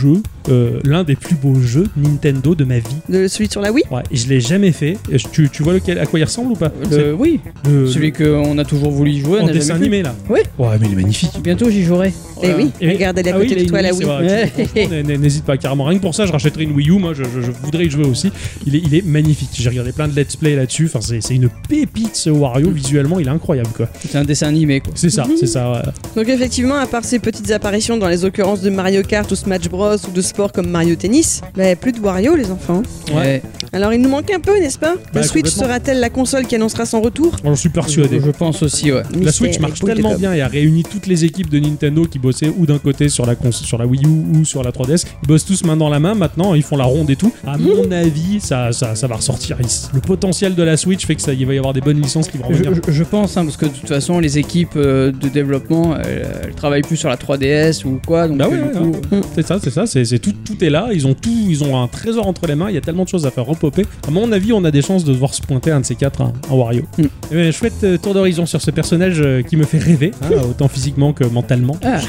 S1: jeu, euh, l'un des plus beaux jeux Nintendo de ma vie.
S3: De celui sur la Wii
S1: Ouais, et je l'ai jamais fait. Et je- Tu, tu vois lequel, à quoi il ressemble ou pas
S2: Euh, oui,
S1: Le- le-
S2: celui qu'on a toujours voulu y jouer. on
S1: en
S2: n'a jamais
S1: dessin
S2: pu.
S1: animé là.
S2: Ouais.
S1: Ouais, mais il est magnifique.
S2: Bientôt j'y jouerai.
S3: Eh oui,
S1: Et-
S3: regarde, elle est à
S1: Ah oui,
S3: côté
S1: il a
S3: de toi,
S1: une
S3: la
S1: Wii,
S3: Wii.
S1: c'est vrai. Franchement, n- N'hésite pas carrément. Rien que pour ça, je rachèterai une Wii U. Moi, je, je- je voudrais y jouer aussi. Il est, il est magnifique. J'ai regardé plein de let's play là-dessus. Enfin, c'est c'est une pépite ce Wario. Visuellement, il est incroyable quoi.
S2: C'est un dessin animé quoi.
S1: C'est ça,
S3: Mm-hmm.
S1: c'est ça. ouais.
S3: Donc effectivement, à part ces petites apparitions dans les occurrences de Mario Kart ou Smash Bros ou de sports comme Mario Tennis, bah, plus de Wario les enfants.
S1: Ouais.
S3: Alors il nous manque un peu, n'est-ce pas La
S1: Bah,
S3: Switch
S1: complètement.
S3: sera-t-elle la console qui annoncera son retour
S1: J'en suis persuadé.
S2: Je, je pense aussi, ouais.
S1: La
S3: Mystère
S1: Switch
S3: et
S1: marche
S3: boule de
S1: tellement
S3: gomme.
S1: bien et a réuni toutes les équipes de Nintendo qui bossaient ou d'un côté sur la, cons- sur la Wii U ou sur la 3DS. Ils bossent tous main dans la main maintenant, ils font la ronde et tout. À mon avis, ça, ça, ça va ressortir. Il- Le potentiel de la Switch fait que ça, il va y avoir des bonnes licences qui vont
S2: Je,
S1: revenir.
S2: je- je pense, hein, parce que de toute façon, les équipes euh, de développement, elles, elles travaillent plus sur la 3DS ou quoi, donc
S1: Bah
S2: euh,
S1: ouais,
S2: du
S1: ouais,
S2: coup,
S1: C'est ça, c'est ça, c'est c'est tout, tout est là. Ils ont tout, ils ont un trésor entre les mains. Il y a tellement de choses à faire repoper. À mon avis, on a des chances de devoir se pointer un de ces quatre, un, un Wario.
S2: Mm.
S1: Eh ben, chouette euh, tour d'horizon sur ce personnage euh, qui me fait rêver, hein, autant physiquement que mentalement.
S2: Ah,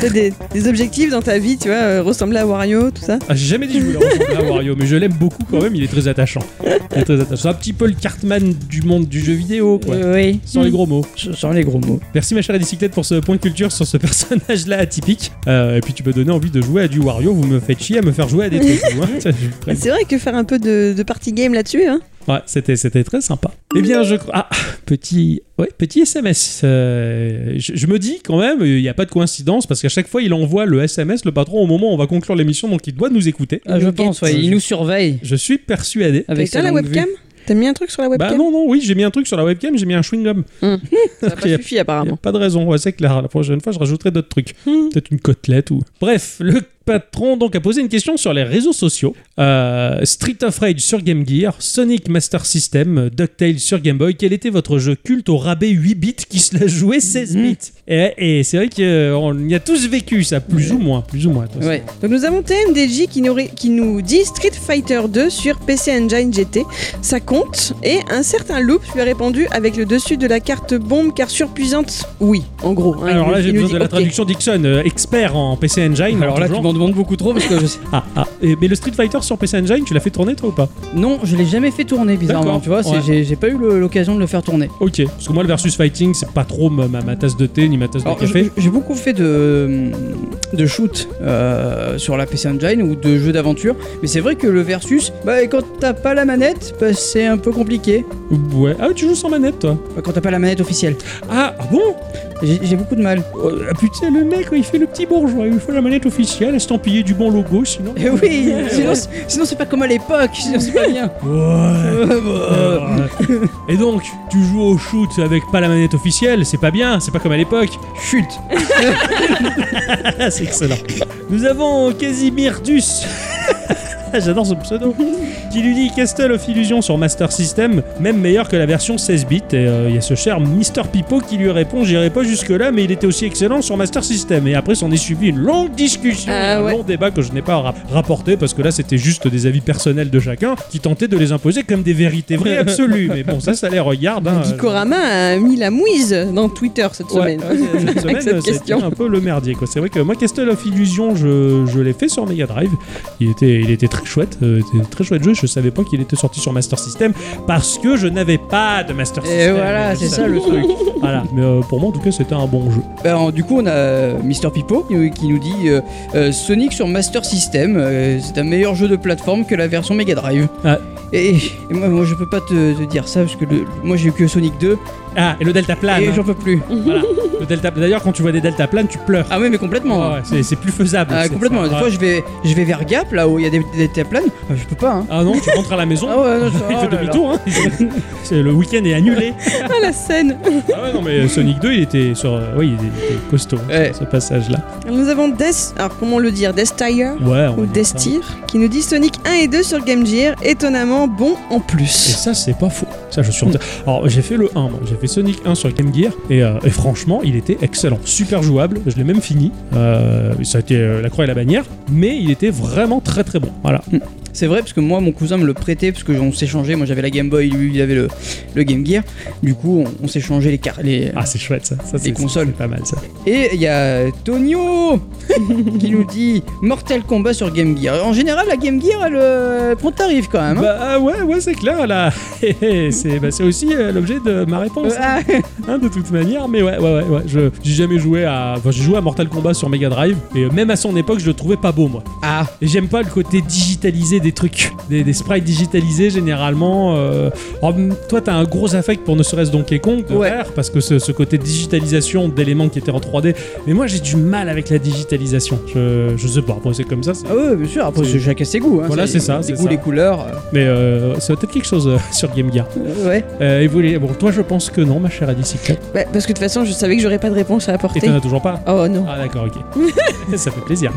S3: T'as des, des objectifs dans ta vie, tu vois, euh, ressembler à Wario, tout ça
S1: Ah, j'ai jamais dit que je voulais ressembler à Wario, mais je l'aime beaucoup quand même, il est très attachant. Il est très attachant. C'est un petit peu le Cartman du monde du jeu vidéo, quoi.
S2: euh, oui.
S1: Sans les gros mots.
S2: S- Sans les gros mots.
S1: Merci ma chère la bicyclette pour ce point de culture sur ce personnage-là atypique. Euh, et puis tu peux donner envie de jouer à du Wario, vous me faites chier à me faire jouer à des trucs. vous, hein. Ça, je vous
S3: Bah,
S1: préviens.
S3: C'est vrai que faire un peu de, de party game là-dessus, hein
S1: Ouais, c'était, c'était très sympa. Eh bien, je crois. Ah, petit, ouais, petit SMS. Euh, je, je me dis quand même, il n'y a pas de coïncidence parce qu'à chaque fois, il envoie le SMS, le patron, au moment où on va conclure l'émission, donc il doit nous écouter.
S2: Ah, je
S3: Nous
S2: pense,
S1: guette.
S2: ouais, ils nous surveillent.
S1: Je suis persuadé.
S2: Avec
S3: T'as
S2: ça
S3: la webcam T'as mis un truc sur la webcam
S1: Bah non, non, oui, j'ai mis un truc sur la webcam, j'ai mis un chewing-gum.
S3: Hmm. Ça n'a pas
S1: y a-
S3: suffi
S1: Y a
S3: apparemment.
S1: Pas de raison, ouais, c'est clair. La prochaine fois, je rajouterai d'autres trucs.
S3: Hmm.
S1: Peut-être une côtelette ou. Bref, le patron donc a posé une question sur les réseaux sociaux. Euh, Street of Rage sur Game Gear, Sonic Master System, euh, DuckTales sur Game Boy. Quel était votre jeu culte au rabais 8 bits qui se la jouait 16
S3: Hmm.
S1: bits Et, et c'est vrai qu'on y a tous vécu ça, plus ou moins, plus ou moins. toi.
S2: Ouais.
S3: Donc nous avons TMDJ qui nous, ré- qui nous dit Street Fighter 2 sur PC Engine GT. Ça compte. Et un certain loop lui a répondu avec le dessus de la carte bombe car surpuisante. Oui, en gros. hein,
S1: Alors
S3: il-
S1: là,
S3: il
S1: j'ai
S3: nous
S1: besoin
S3: dit,
S1: de la
S3: ok.
S1: traduction Dixon, euh, expert en PC Engine.
S2: Alors
S1: en
S2: là,
S1: tout
S2: tu
S1: genre.
S2: m'en demande beaucoup trop parce que je sais.
S1: Ah, ah. Et- mais le Street Fighter sur PC Engine, tu l'as fait tourner toi ou pas
S2: Non, je l'ai jamais fait tourner bizarrement,
S1: D'accord,
S2: tu vois, c'est-
S1: ouais.
S2: j'ai j'ai pas eu le- l'occasion de le faire tourner.
S1: Ok. Parce que moi, le versus fighting, c'est pas trop ma, ma- ma tasse de thé ni ma tasse de
S2: Alors,
S1: café.
S2: j- j'ai beaucoup fait de, de shoot euh, sur la PC Engine ou de jeux d'aventure, mais c'est vrai que le versus, bah, quand t'as pas la manette, bah, c'est un peu compliqué.
S1: Ouais. Ah, tu joues sans manette, toi
S2: Bah, quand t'as pas la manette officielle,
S1: Ah, ah bon
S2: j'ai j'ai beaucoup de mal.
S1: Oh, Ah putain, le mec, il fait le petit bourgeois. Il faut la manette officielle, estampiller du bon logo, sinon.
S2: Eh oui, sinon, c'est- sinon c'est pas comme à l'époque, sinon c'est pas bien.
S1: Ouais.
S2: Euh, bah,
S1: Et donc, tu joues au shoot avec pas la manette officielle, c'est pas bien, c'est pas comme à l'époque.
S2: Chut.
S1: Ah, c'est excellent. Nous avons Casimir Dus. J'adore ce pseudo. Qui lui dit Castle of Illusion sur Master System, même meilleur que la version 16 bits. Et euh, il y a ce cher Mister Pipo qui lui répond J'irai pas jusque-là, mais il était aussi excellent sur Master System. Et après, s'en est suivi une longue discussion,
S3: Ah ouais.
S1: un long débat que je n'ai pas ra- rapporté parce que là, c'était juste des avis personnels de chacun qui tentaient de les imposer comme des vérités vraies absolues. Mais bon, ça, ça les regarde. hein.
S7: Gikorama a mis la mouise dans Twitter cette
S1: Ouais,
S7: semaine.
S1: ouais, cette semaine,
S7: Avec cette
S1: ça a été
S7: question.
S1: un peu le merdier. quoi. C'est vrai que moi, Castle of Illusion, je, je l'ai fait sur Mega Drive. Il était, il était très chouette, euh, c'était un très chouette jeu. Je savais pas qu'il était sorti sur Master System parce que je n'avais pas de Master
S2: Et
S1: System.
S2: voilà,
S1: Je
S2: c'est ça
S1: savais
S2: le
S1: pas.
S2: truc.
S1: Voilà. Mais euh, pour moi, en tout cas, c'était un bon jeu.
S2: Bah, en- du coup, on a euh, Mr. Pipo qui nous- qui nous dit euh, euh, Sonic sur Master System, euh, c'est un meilleur jeu de plateforme que la version Mega Drive.
S1: Ah.
S2: Et, et moi, moi, je peux pas te, te dire ça parce que le- moi j'ai eu que Sonic 2
S1: Ah, et le Delta Plane.
S2: et j'en peux plus.
S1: D'ailleurs, quand tu vois des Delta Planes, tu pleures.
S2: Ah, oui, mais complètement.
S1: Ouais, c'est- c'est plus faisable.
S2: Ah,
S1: c'est-
S2: complètement. Des
S1: ouais.
S2: fois, je vais, je vais vers Gap là où il y a des, des, des planes. Ah, je peux pas. Hein.
S1: Ah non, tu rentres à la maison.
S2: Ah ouais, non, je-
S1: Il
S2: oh
S1: fait
S2: là là.
S1: demi-tour, hein. C'est- Le week-end est annulé.
S7: Ah la scène
S1: Ah ouais, non, mais Sonic 2, il était sur. euh, oui, il était costaud, hein,
S2: Ouais.
S1: ce passage-là.
S3: Nous avons Death, alors comment le dire, Death Tire
S1: Ouais, on
S3: ou
S1: dit ça.
S3: Destir, qui nous dit Sonic 1 et 2 sur Game Gear, étonnamment bon en
S1: Et
S3: plus.
S1: ça, c'est pas faux. Ça, je suis en- Alors, j'ai fait le 1, moi. J'ai fait Sonic 1 sur Game Gear. Et, euh, et franchement, il était excellent. Super jouable. Je l'ai même fini. Euh, ça a été euh, la croix et la bannière. Mais il était vraiment très très bon. Voilà.
S2: C'est vrai parce que moi, mon cousin me le prêtait parce que on s'échangeait. Moi, j'avais la Game Boy, lui, il avait le, le Game Gear. Du coup, on, on s'échangeait les, car- les,
S1: Ah, c'est chouette ça. ça
S2: les
S1: c'est
S2: consoles.
S1: c'est pas mal ça.
S2: Et il y a Tonio qui nous dit Mortal Kombat sur Game Gear. En général, la Game Gear, elle, euh, elle prend tarif quand même. hein.
S1: bah ah ouais, ouais, c'est clair là. Hé, hé, c'est bah, c'est aussi euh, l'objet de ma réponse.
S2: Euh, ah,
S1: hein, de toute manière. Mais ouais, ouais, ouais, ouais. Je, j'ai jamais joué à. Enfin, j'ai joué à Mortal Kombat sur Mega Drive. Et euh, même à son époque, je le trouvais pas beau, moi.
S2: Ah,
S1: Et j'aime pas le côté digitalisé des trucs. Des, des sprites digitalisés, généralement. euh, alors, m- toi, t'as un gros affect pour ne serait-ce Donkey Kong, de
S2: Ouais.
S1: Rare, parce que ce, ce côté digitalisation d'éléments qui étaient en 3D. Mais moi, j'ai du mal avec la digitalisation. Je, je sais pas. Bon, c'est comme ça. c'est-
S2: ah ouais, bien sûr. Après,
S1: C'est-
S2: c'est chacun ses goûts. hein.
S1: Voilà, c'est ça,
S2: Les
S1: c'est
S2: goûts,
S1: ça.
S2: les couleurs. euh,
S1: Mais euh, ça va peut-être quelque chose euh, sur Game Gear.
S2: euh, ouais.
S1: Euh, et vous, les- bon, toi, je pense que non, ma chère Adicyclette.
S7: Bah, Parce que de toute façon, je savais que j'aurais pas de réponse à
S1: Et
S7: apporter.
S1: t'en as toujours pas
S7: Oh non.
S1: Ah, d'accord, ok. ça fait plaisir.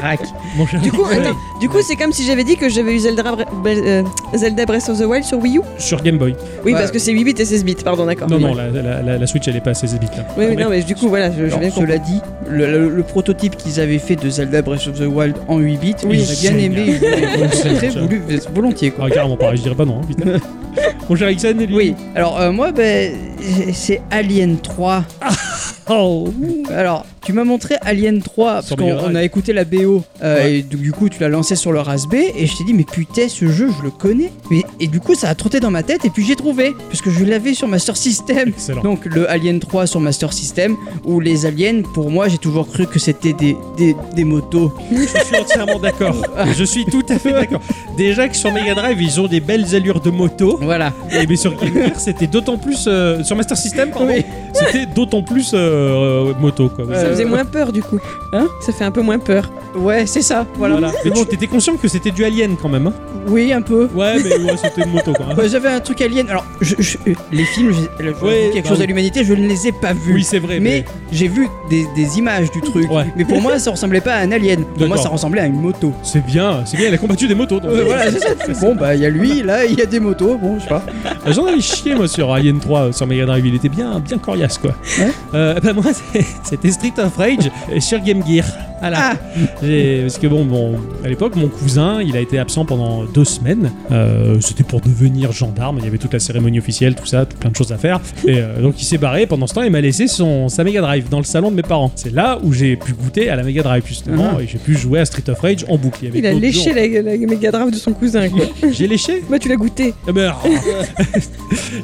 S2: Rac.
S1: Mon cher
S3: Du coup,
S1: Nicolas,
S3: attends, du coup, c'est comme si j'avais dit que j'avais eu Zelda, Bre- Bel- euh, Zelda Breath of the Wild sur Wii U.
S1: sur Game Boy.
S3: Oui,
S2: Ouais.
S3: parce que c'est 8 bits et 16 bits, pardon, d'accord.
S1: Non,
S3: Oui.
S1: non, la, la- la- la Switch, elle est pas à 16 bits. là.
S3: Oui,
S1: Ah,
S3: mais
S1: mais-
S3: non, mais du coup, voilà, je, je
S2: Alors,
S3: viens de
S2: cela dit, le, le- le prototype qu'ils avaient fait de Zelda Breath of the Wild en 8 bits,
S1: Oui,
S2: j'aurais bien
S1: génial.
S2: aimé. J'aurais très
S1: Ça.
S2: voulu, volontiers quoi.
S1: Ah, carrément pareil, je dirais pas non, hein, putain. Mon cher Ixon, lui.
S2: Oui, alors euh, moi, ben, j'ai- c'est Alien 3.
S1: Oh.
S2: Alors, tu m'as montré Alien 3 parce
S1: Sur
S2: qu'on
S1: Mega
S2: on
S1: Drive.
S2: a écouté la BO euh,
S1: Ouais.
S2: et donc, du coup tu l'as lancé sur le Raspberry et je t'ai dit mais putain ce jeu je le connais mais, et du coup ça a trotté dans ma tête et puis j'ai trouvé parce que je l'avais sur Master System
S1: Excellent.
S2: donc le Alien 3 sur Master System où les aliens pour moi j'ai toujours cru que c'était des, des, des motos
S1: Je suis entièrement d'accord. Je suis tout à fait d'accord. Déjà que sur Mega Drive, ils ont des belles allures de moto.
S2: voilà
S1: Et mais sur Game Gear, c'était d'autant plus. euh, sur Master System, pardon.
S2: Oui.
S1: C'était d'autant plus euh, euh, moto, quoi.
S3: Ça
S2: Euh,
S3: faisait moins peur, du coup.
S2: Hein
S3: Ça fait un peu moins peur.
S2: ouais c'est ça voilà,
S1: Mais
S2: Mais
S1: tu t'étais conscient que c'était du Alien quand même. hein
S2: oui un peu
S1: Ouais, mais ouais, c'était une moto, quoi. hein.
S2: Ouais, Ah bah, j'avais un truc alien alors je, je- euh, les films je- je-
S1: Ouais,
S2: quelque
S1: bah
S2: chose à
S1: oui.
S2: l'humanité je ne les ai pas vus
S1: Oui, c'est vrai.
S2: mais j'ai vu des, des images du truc.
S1: Ouais.
S2: Mais pour moi, ça ressemblait pas à un alien. Pour moi,
S1: D'accord.
S2: ça ressemblait à une moto.
S1: C'est bien, c'est bien, il a combattu des motos. donc.
S2: Euh, voilà, c'est ça. Bon, bah, il y a lui, là, il y a des motos. Bon, je sais pas.
S1: Ah, J'en avais chié moi sur Alien 3 euh, sur Mega Drive, il était bien, bien coriace quoi.
S2: Ouais.
S1: Euh, bah, moi c'est- c'était Street of Rage sur Game Gear.
S2: Ah,
S1: Voilà. J'ai- Parce que bon, bon, à l'époque, mon cousin, il a été absent pendant deux semaines. Euh, C'était pour devenir gendarme. Il y avait toute la cérémonie officielle, tout ça, tout plein de choses à faire. Et euh, donc il s'est barré. Pendant ce temps, il m'a laissé son, sa Mega Drive dans le salon de mes parents. C'est là où j'ai pu goûter à la Mega Drive justement, et j'ai pu jouer à Street of Rage en boucle. Il y avait
S3: Ah. Il a
S1: d'autres
S3: léché
S1: jeux.
S3: la, la méga drive de son cousin, quoi.
S1: J'ai léché.
S3: Bah, tu l'as goûté.
S1: Ah ben, alors.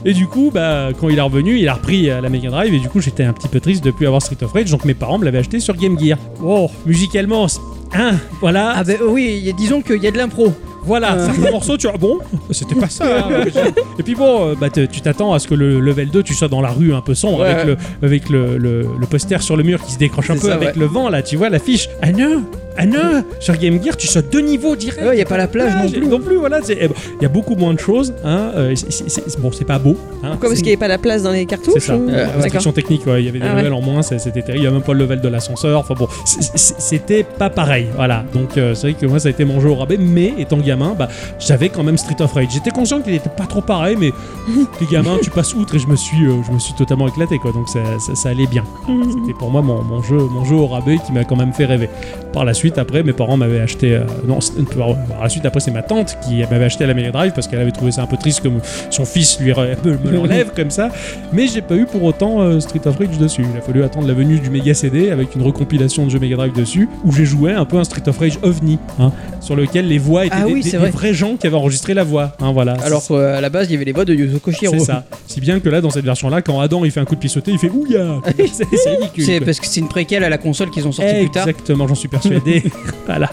S1: et du coup, bah, quand il est revenu, il a repris euh, la Mega Drive et du coup, j'étais un petit peu triste de plus avoir Street of Rage, donc mes parents me l'avaient acheté sur Game Gear. Wow, musicalement, c'est- hein, voilà,
S2: Oh. Ah bah oui, y a- disons qu'il y a de l'impro.
S1: voilà,
S2: Euh.
S1: certains morceaux, tu vois, bon, c'était pas ça. hein. et puis bon, euh, bah, te- tu t'attends à ce que le level 2, tu sois dans la rue un peu sombre
S2: Ouais,
S1: avec,
S2: ouais.
S1: Le, avec le, le- le poster sur le mur qui se décroche un
S2: C'est
S1: peu
S2: ça,
S1: avec
S2: ouais.
S1: le vent, là, tu vois, l'affiche. Ah non, ah non, sur Game Gear, tu sautes deux niveaux direct.
S2: Il y a pas la plage non
S1: Ouais,
S2: plus.
S1: non plus, voilà. c'est- eh ben, Il y a beaucoup moins de choses. Hein, euh, c'est- c'est- c'est- bon, c'est pas beau. Hein,
S7: Pourquoi Parce qu'il n'y avait pas la place dans les cartouches
S1: c'est ça.
S3: hein.
S7: ou-
S1: Euh,
S7: hein. D'accord.
S1: restriction technique, ouais, il y avait des
S7: Ah ouais.
S1: levels en moins, ça- c'était terrible. Il y avait même pas le level de l'ascenseur. Enfin bon, c- c- c'était pas pareil. Voilà. Donc euh, c'est vrai que moi ça a été mon jeu au rabais, mais étant gamin, bah, j'avais quand même Street of Rage. J'étais conscient qu'il était pas trop pareil, mais t'es gamin, tu passes outre et je me suis, euh, je me suis totalement éclaté quoi. Donc ça, ça- ça allait bien.
S7: Mm.
S1: C'était pour moi mon, mon jeu, mon jeu au rabais qui m'a quand même fait rêver. Par la suite, après, mes parents m'avaient acheté. euh, non, c'est- euh, par par la suite, après, c'est ma tante qui m'avait acheté la Mega Drive parce qu'elle avait trouvé ça un peu triste que m- son fils lui re- me, me l'enlève comme ça. Mais j'ai pas eu pour autant euh, Street of Rage dessus. Il a fallu attendre la venue du Mega CD avec une recompilation de jeux Mega Drive dessus où j'ai joué un peu un Street of Rage ovni hein, sur lequel les voix étaient
S2: Ah
S1: des,
S2: oui,
S1: des-
S2: c'est
S1: des
S2: vrai.
S1: vrais gens qui avaient enregistré la voix. hein, voilà.
S2: Alors euh, à la base, il y avait les voix de Yuzo Koshiro.
S1: C'est ça. Si bien que là, dans cette version-là, quand Adam il fait un coup de pied sauté, il fait ouya. C'est c'est ridicule.
S2: C'est
S1: quoi.
S2: parce que c'est une préquelle à la console qu'ils ont sorti plus tard.
S1: Exactement, j'en suis persuadé. voilà.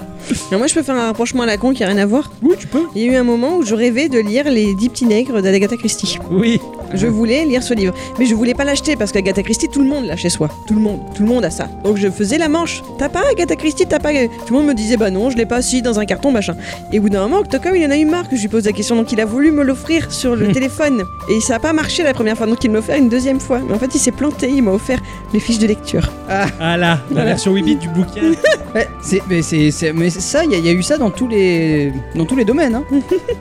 S3: Alors moi, je peux faire un rapprochement à la con qui a rien à voir.
S1: Oui, tu peux.
S3: Il y a eu un moment où je rêvais de lire Les Dix Petits Nègres d'Agatha Christie.
S1: Oui.
S3: Je voulais lire ce livre, mais je voulais pas l'acheter parce qu'Agatha Christie, tout le monde l'a chez soi. Tout le monde, tout le monde a ça. Donc je faisais la manche. T'as pas Agatha Christie, t'as pas. Tout le monde me disait bah non, je l'ai pas, si dans un carton machin. Et au bout d'un moment, Octocom il en a eu marre que je lui pose la question, donc il a voulu me l'offrir sur
S1: Hmm.
S3: le téléphone. Et ça a pas marché la première fois, donc il me l'a offert une deuxième fois. Mais en fait, il s'est planté, il m'a offert les fiches de lecture.
S1: Ah là, la
S2: Voilà.
S1: version 8 bits du bouquin.
S2: Ouais, c'est- mais c'est c'est- mais c'est ça, il y, a- il y a eu ça dans tous les dans tous les domaines. hein.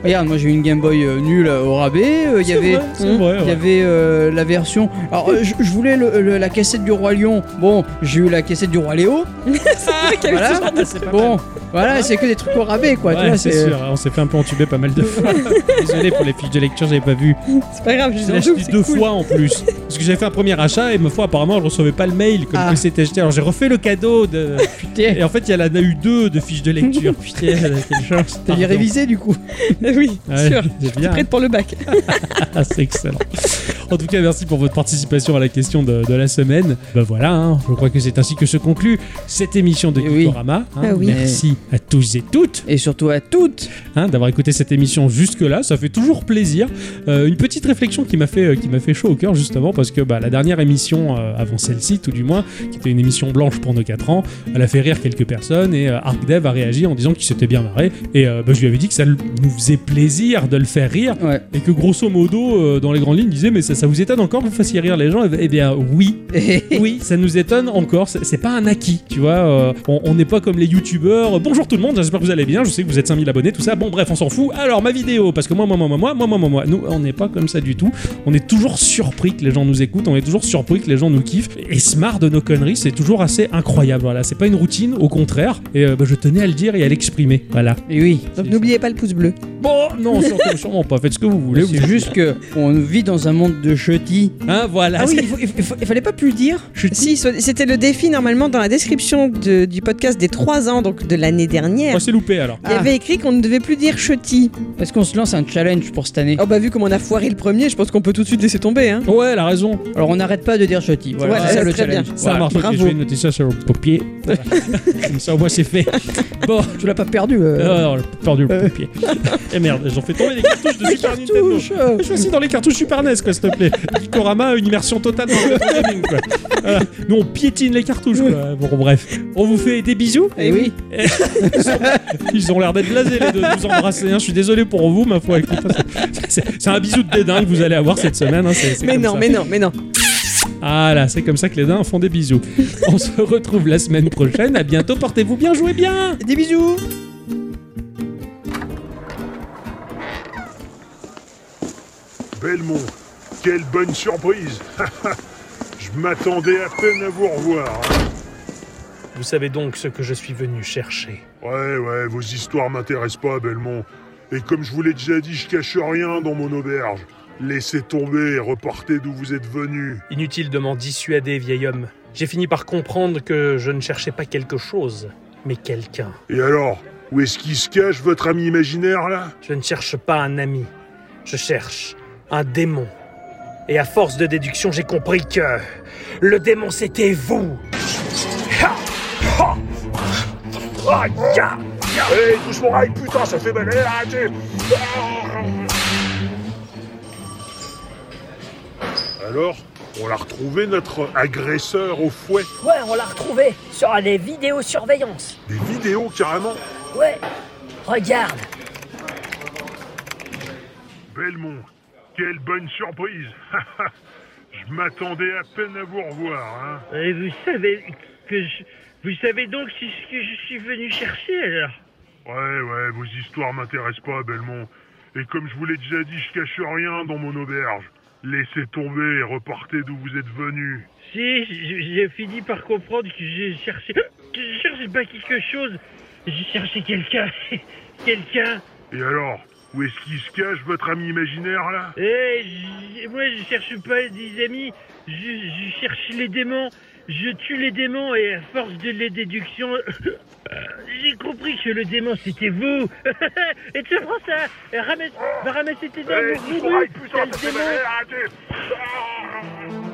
S2: Regarde, moi j'ai eu une Game Boy euh, nulle euh, au rabais. euh, Il y
S1: C'est
S2: avait
S1: vrai, c'est vrai,
S2: il y
S1: ouais.
S2: avait euh, la version. Alors euh, je je voulais le- le- la cassette du roi lion. Bon, j'ai eu la cassette du roi Léo.
S1: Ah,
S2: Voilà. Bon, voilà, c'est que des trucs au rabais quoi. tu
S1: Ouais,
S2: vois,
S1: c'est
S2: c'est-
S1: sûr, hein, on s'est fait un peu entuber pas mal de fois. Désolé pour les fiches de lecture, j'avais pas vu.
S3: C'est pas grave, je
S1: Je l'ai acheté deux fois en plus. Parce que j'avais fait un premier achat et ma foi, apparemment, je recevais pas le mail comme
S2: Ah.
S1: quoi c'était jeté. Alors j'ai refait le cadeau de.
S2: Putain.
S1: Et en fait, il y en a eu deux de fiches de lecture. Putain, quelle chance.
S2: T'as
S1: Pardon.
S2: bien révisé du coup.
S3: oui,
S1: Ouais,
S3: sûr.
S1: c'est bien.
S3: Prête pour le bac.
S1: Ah, c'est excellent. En tout cas, merci pour votre participation à la question de, de la semaine. Ben voilà, hein, je crois que c'est ainsi que se conclut cette émission de
S2: Eh oui.
S1: Kikorama. hein.
S3: Ah oui.
S1: Merci à tous et toutes
S2: Et surtout à toutes.
S1: hein, d'avoir écouté cette émission jusque-là. Ça fait toujours plaisir. Euh, une petite réflexion qui m'a fait, euh, qui m'a fait chaud au cœur, justement, parce que bah, la dernière émission, euh, avant celle-ci, tout du moins, qui était une émission blanche pour nos 4 ans, elle a fait rire quelques personnes et euh, ArcDev a réagi en disant qu'il s'était bien marré. Et euh, bah, je lui avais dit que ça l- nous faisait plaisir de le faire rire
S2: Ouais.
S1: et que grosso modo, euh, dans les grandes lignes, il disait mais ça, ça vous étonne encore que vous fassiez rire les gens Eh bien oui, oui, ça nous étonne encore. C'est c'est pas un acquis, tu vois. euh, on on n'est pas comme les youtubeurs. Bonjour tout le monde, j'espère que vous allez bien. Je sais que vous êtes 5000 abonnés, tout ça. Bon bref, on s'en fout. Alors ma vidéo, parce que moi, moi, moi, moi, moi, moi, moi, moi, moi. Nous, on n'est pas comme ça du tout. On est toujours surpris que les gens nous écoutent. On est toujours surpris que les gens nous kiffent et se marrent de nos conneries. C'est toujours assez incroyable. Voilà, c'est pas une routine, au contraire. Et euh, bah, je tenais à le dire et à l'exprimer. Voilà.
S2: Et oui.
S3: Donc n'oubliez pas le pouce bleu.
S1: Bon, non, surtout, sûrement pas. Faites ce que vous voulez.
S2: C'est
S1: vous-
S2: juste que on vit dans un monde de chutis.
S1: Hein, voilà.
S2: Ah oui, il, faut- il faut- il faut- il fallait pas plus le dire.
S3: Si, ce- c'était le défi normalement dans la description de- du podcast des 3 ans, donc de l'année dernière.
S1: Moi, c'est loupé alors.
S3: Il y avait écrit qu'on ne devait plus dire chutis.
S2: Est-ce qu'on se lance un challenge pour cette année
S3: Oh bah vu comme on a foiré le premier, je pense qu'on peut tout de suite laisser tomber. Hein.
S1: Ouais, elle a raison.
S2: Alors on n'arrête pas de dire chutis. Voilà,
S3: Voilà,
S2: c'est ça
S3: c'est
S2: le
S3: très
S2: challenge.
S3: bien.
S1: Ça
S2: Voilà,
S1: marche. ok,
S2: Bravo.
S1: je vais noter ça sur le papier. Voilà. Comme ça, au moins, c'est fait. Bon.
S2: Tu l'as pas perdu.
S1: Ah
S2: euh,
S1: non, j'ai perdu le papier. Eh merde, j'en fais tomber les cartouches de Super Nintendo.
S2: touche, euh.
S1: Je suis aussi dans les cartouches Super NES, quoi, s'il te plaît. Gikorama, une immersion totale dans le gaming, quoi. Voilà. Nous, on piétine les cartouches, quoi. Bon, bref. On vous fait des bisous.
S2: Eh oui.
S1: Ils ont l'air d'être blasés, les deux, de vous embrasser. hein. Je suis désolé pour vous, ma foi. Écoute, c'est- c'est c'est un bisou de dédain que vous allez avoir cette semaine. hein. C'est- c'est
S3: Mais
S1: comme
S3: non,
S1: ça.
S3: mais non, mais non.
S1: Ah là, c'est comme ça que les dins font des bisous. On se retrouve la semaine prochaine. À bientôt. Portez-vous bien, jouez bien.
S2: Des bisous.
S8: Belmont,
S9: hein.
S8: quelle bonne surprise Je m'attendais à peine à vous revoir.
S1: Vous savez donc ce que je suis venu chercher.
S9: Ouais, ouais, vos histoires m'intéressent pas, Belmont. Et comme je vous l'ai déjà dit, je cache rien dans mon auberge. Laissez tomber et repartez d'où vous êtes venus.
S1: Inutile de m'en dissuader, vieil homme. J'ai fini par comprendre que je ne cherchais pas quelque chose, mais quelqu'un.
S9: Et alors Où est-ce qu'il se cache, votre ami imaginaire, là
S1: Je ne cherche pas un ami. Je cherche un démon. Et à force de déduction, j'ai compris que le démon, c'était vous. Ha Ha Ah, ya
S9: Hé, touche mon rail, putain, ça fait mal, Hé, arrêtez Oh. Alors, on l'a retrouvé, notre agresseur au fouet
S10: Ouais, on l'a retrouvé sur les vidéosurveillances.
S9: Des vidéos, carrément
S10: Ouais. Regarde,
S9: Belmont, quelle bonne surprise Je m'attendais à peine à vous revoir, hein
S10: Et vous savez que je... Vous savez donc si- ce que je suis venu chercher alors
S9: Ouais, ouais, vos histoires m'intéressent pas, Belmont. Et comme je vous l'ai déjà dit, je cache rien dans mon auberge. Laissez tomber et repartez d'où vous êtes venus.
S10: Si, j- j'ai fini par comprendre que j'ai cherché... Que je cherchais pas quelque chose. J'ai cherché quelqu'un. quelqu'un.
S9: Et alors, où est-ce qu'il se cache, votre ami imaginaire, là
S10: Et j- moi je cherche pas des amis. Je, je cherche les démons. Je tue les démons et à force de les déductions... J'ai compris que le démon c'était vous Et tu prends ça et ramasse, Va ramasser tes armes
S9: Hé,
S10: au
S9: touche
S10: bout
S9: mon rail,
S10: T'as
S9: putain,
S10: le
S9: ça fait
S10: démon
S9: mal, Hé, arrêtez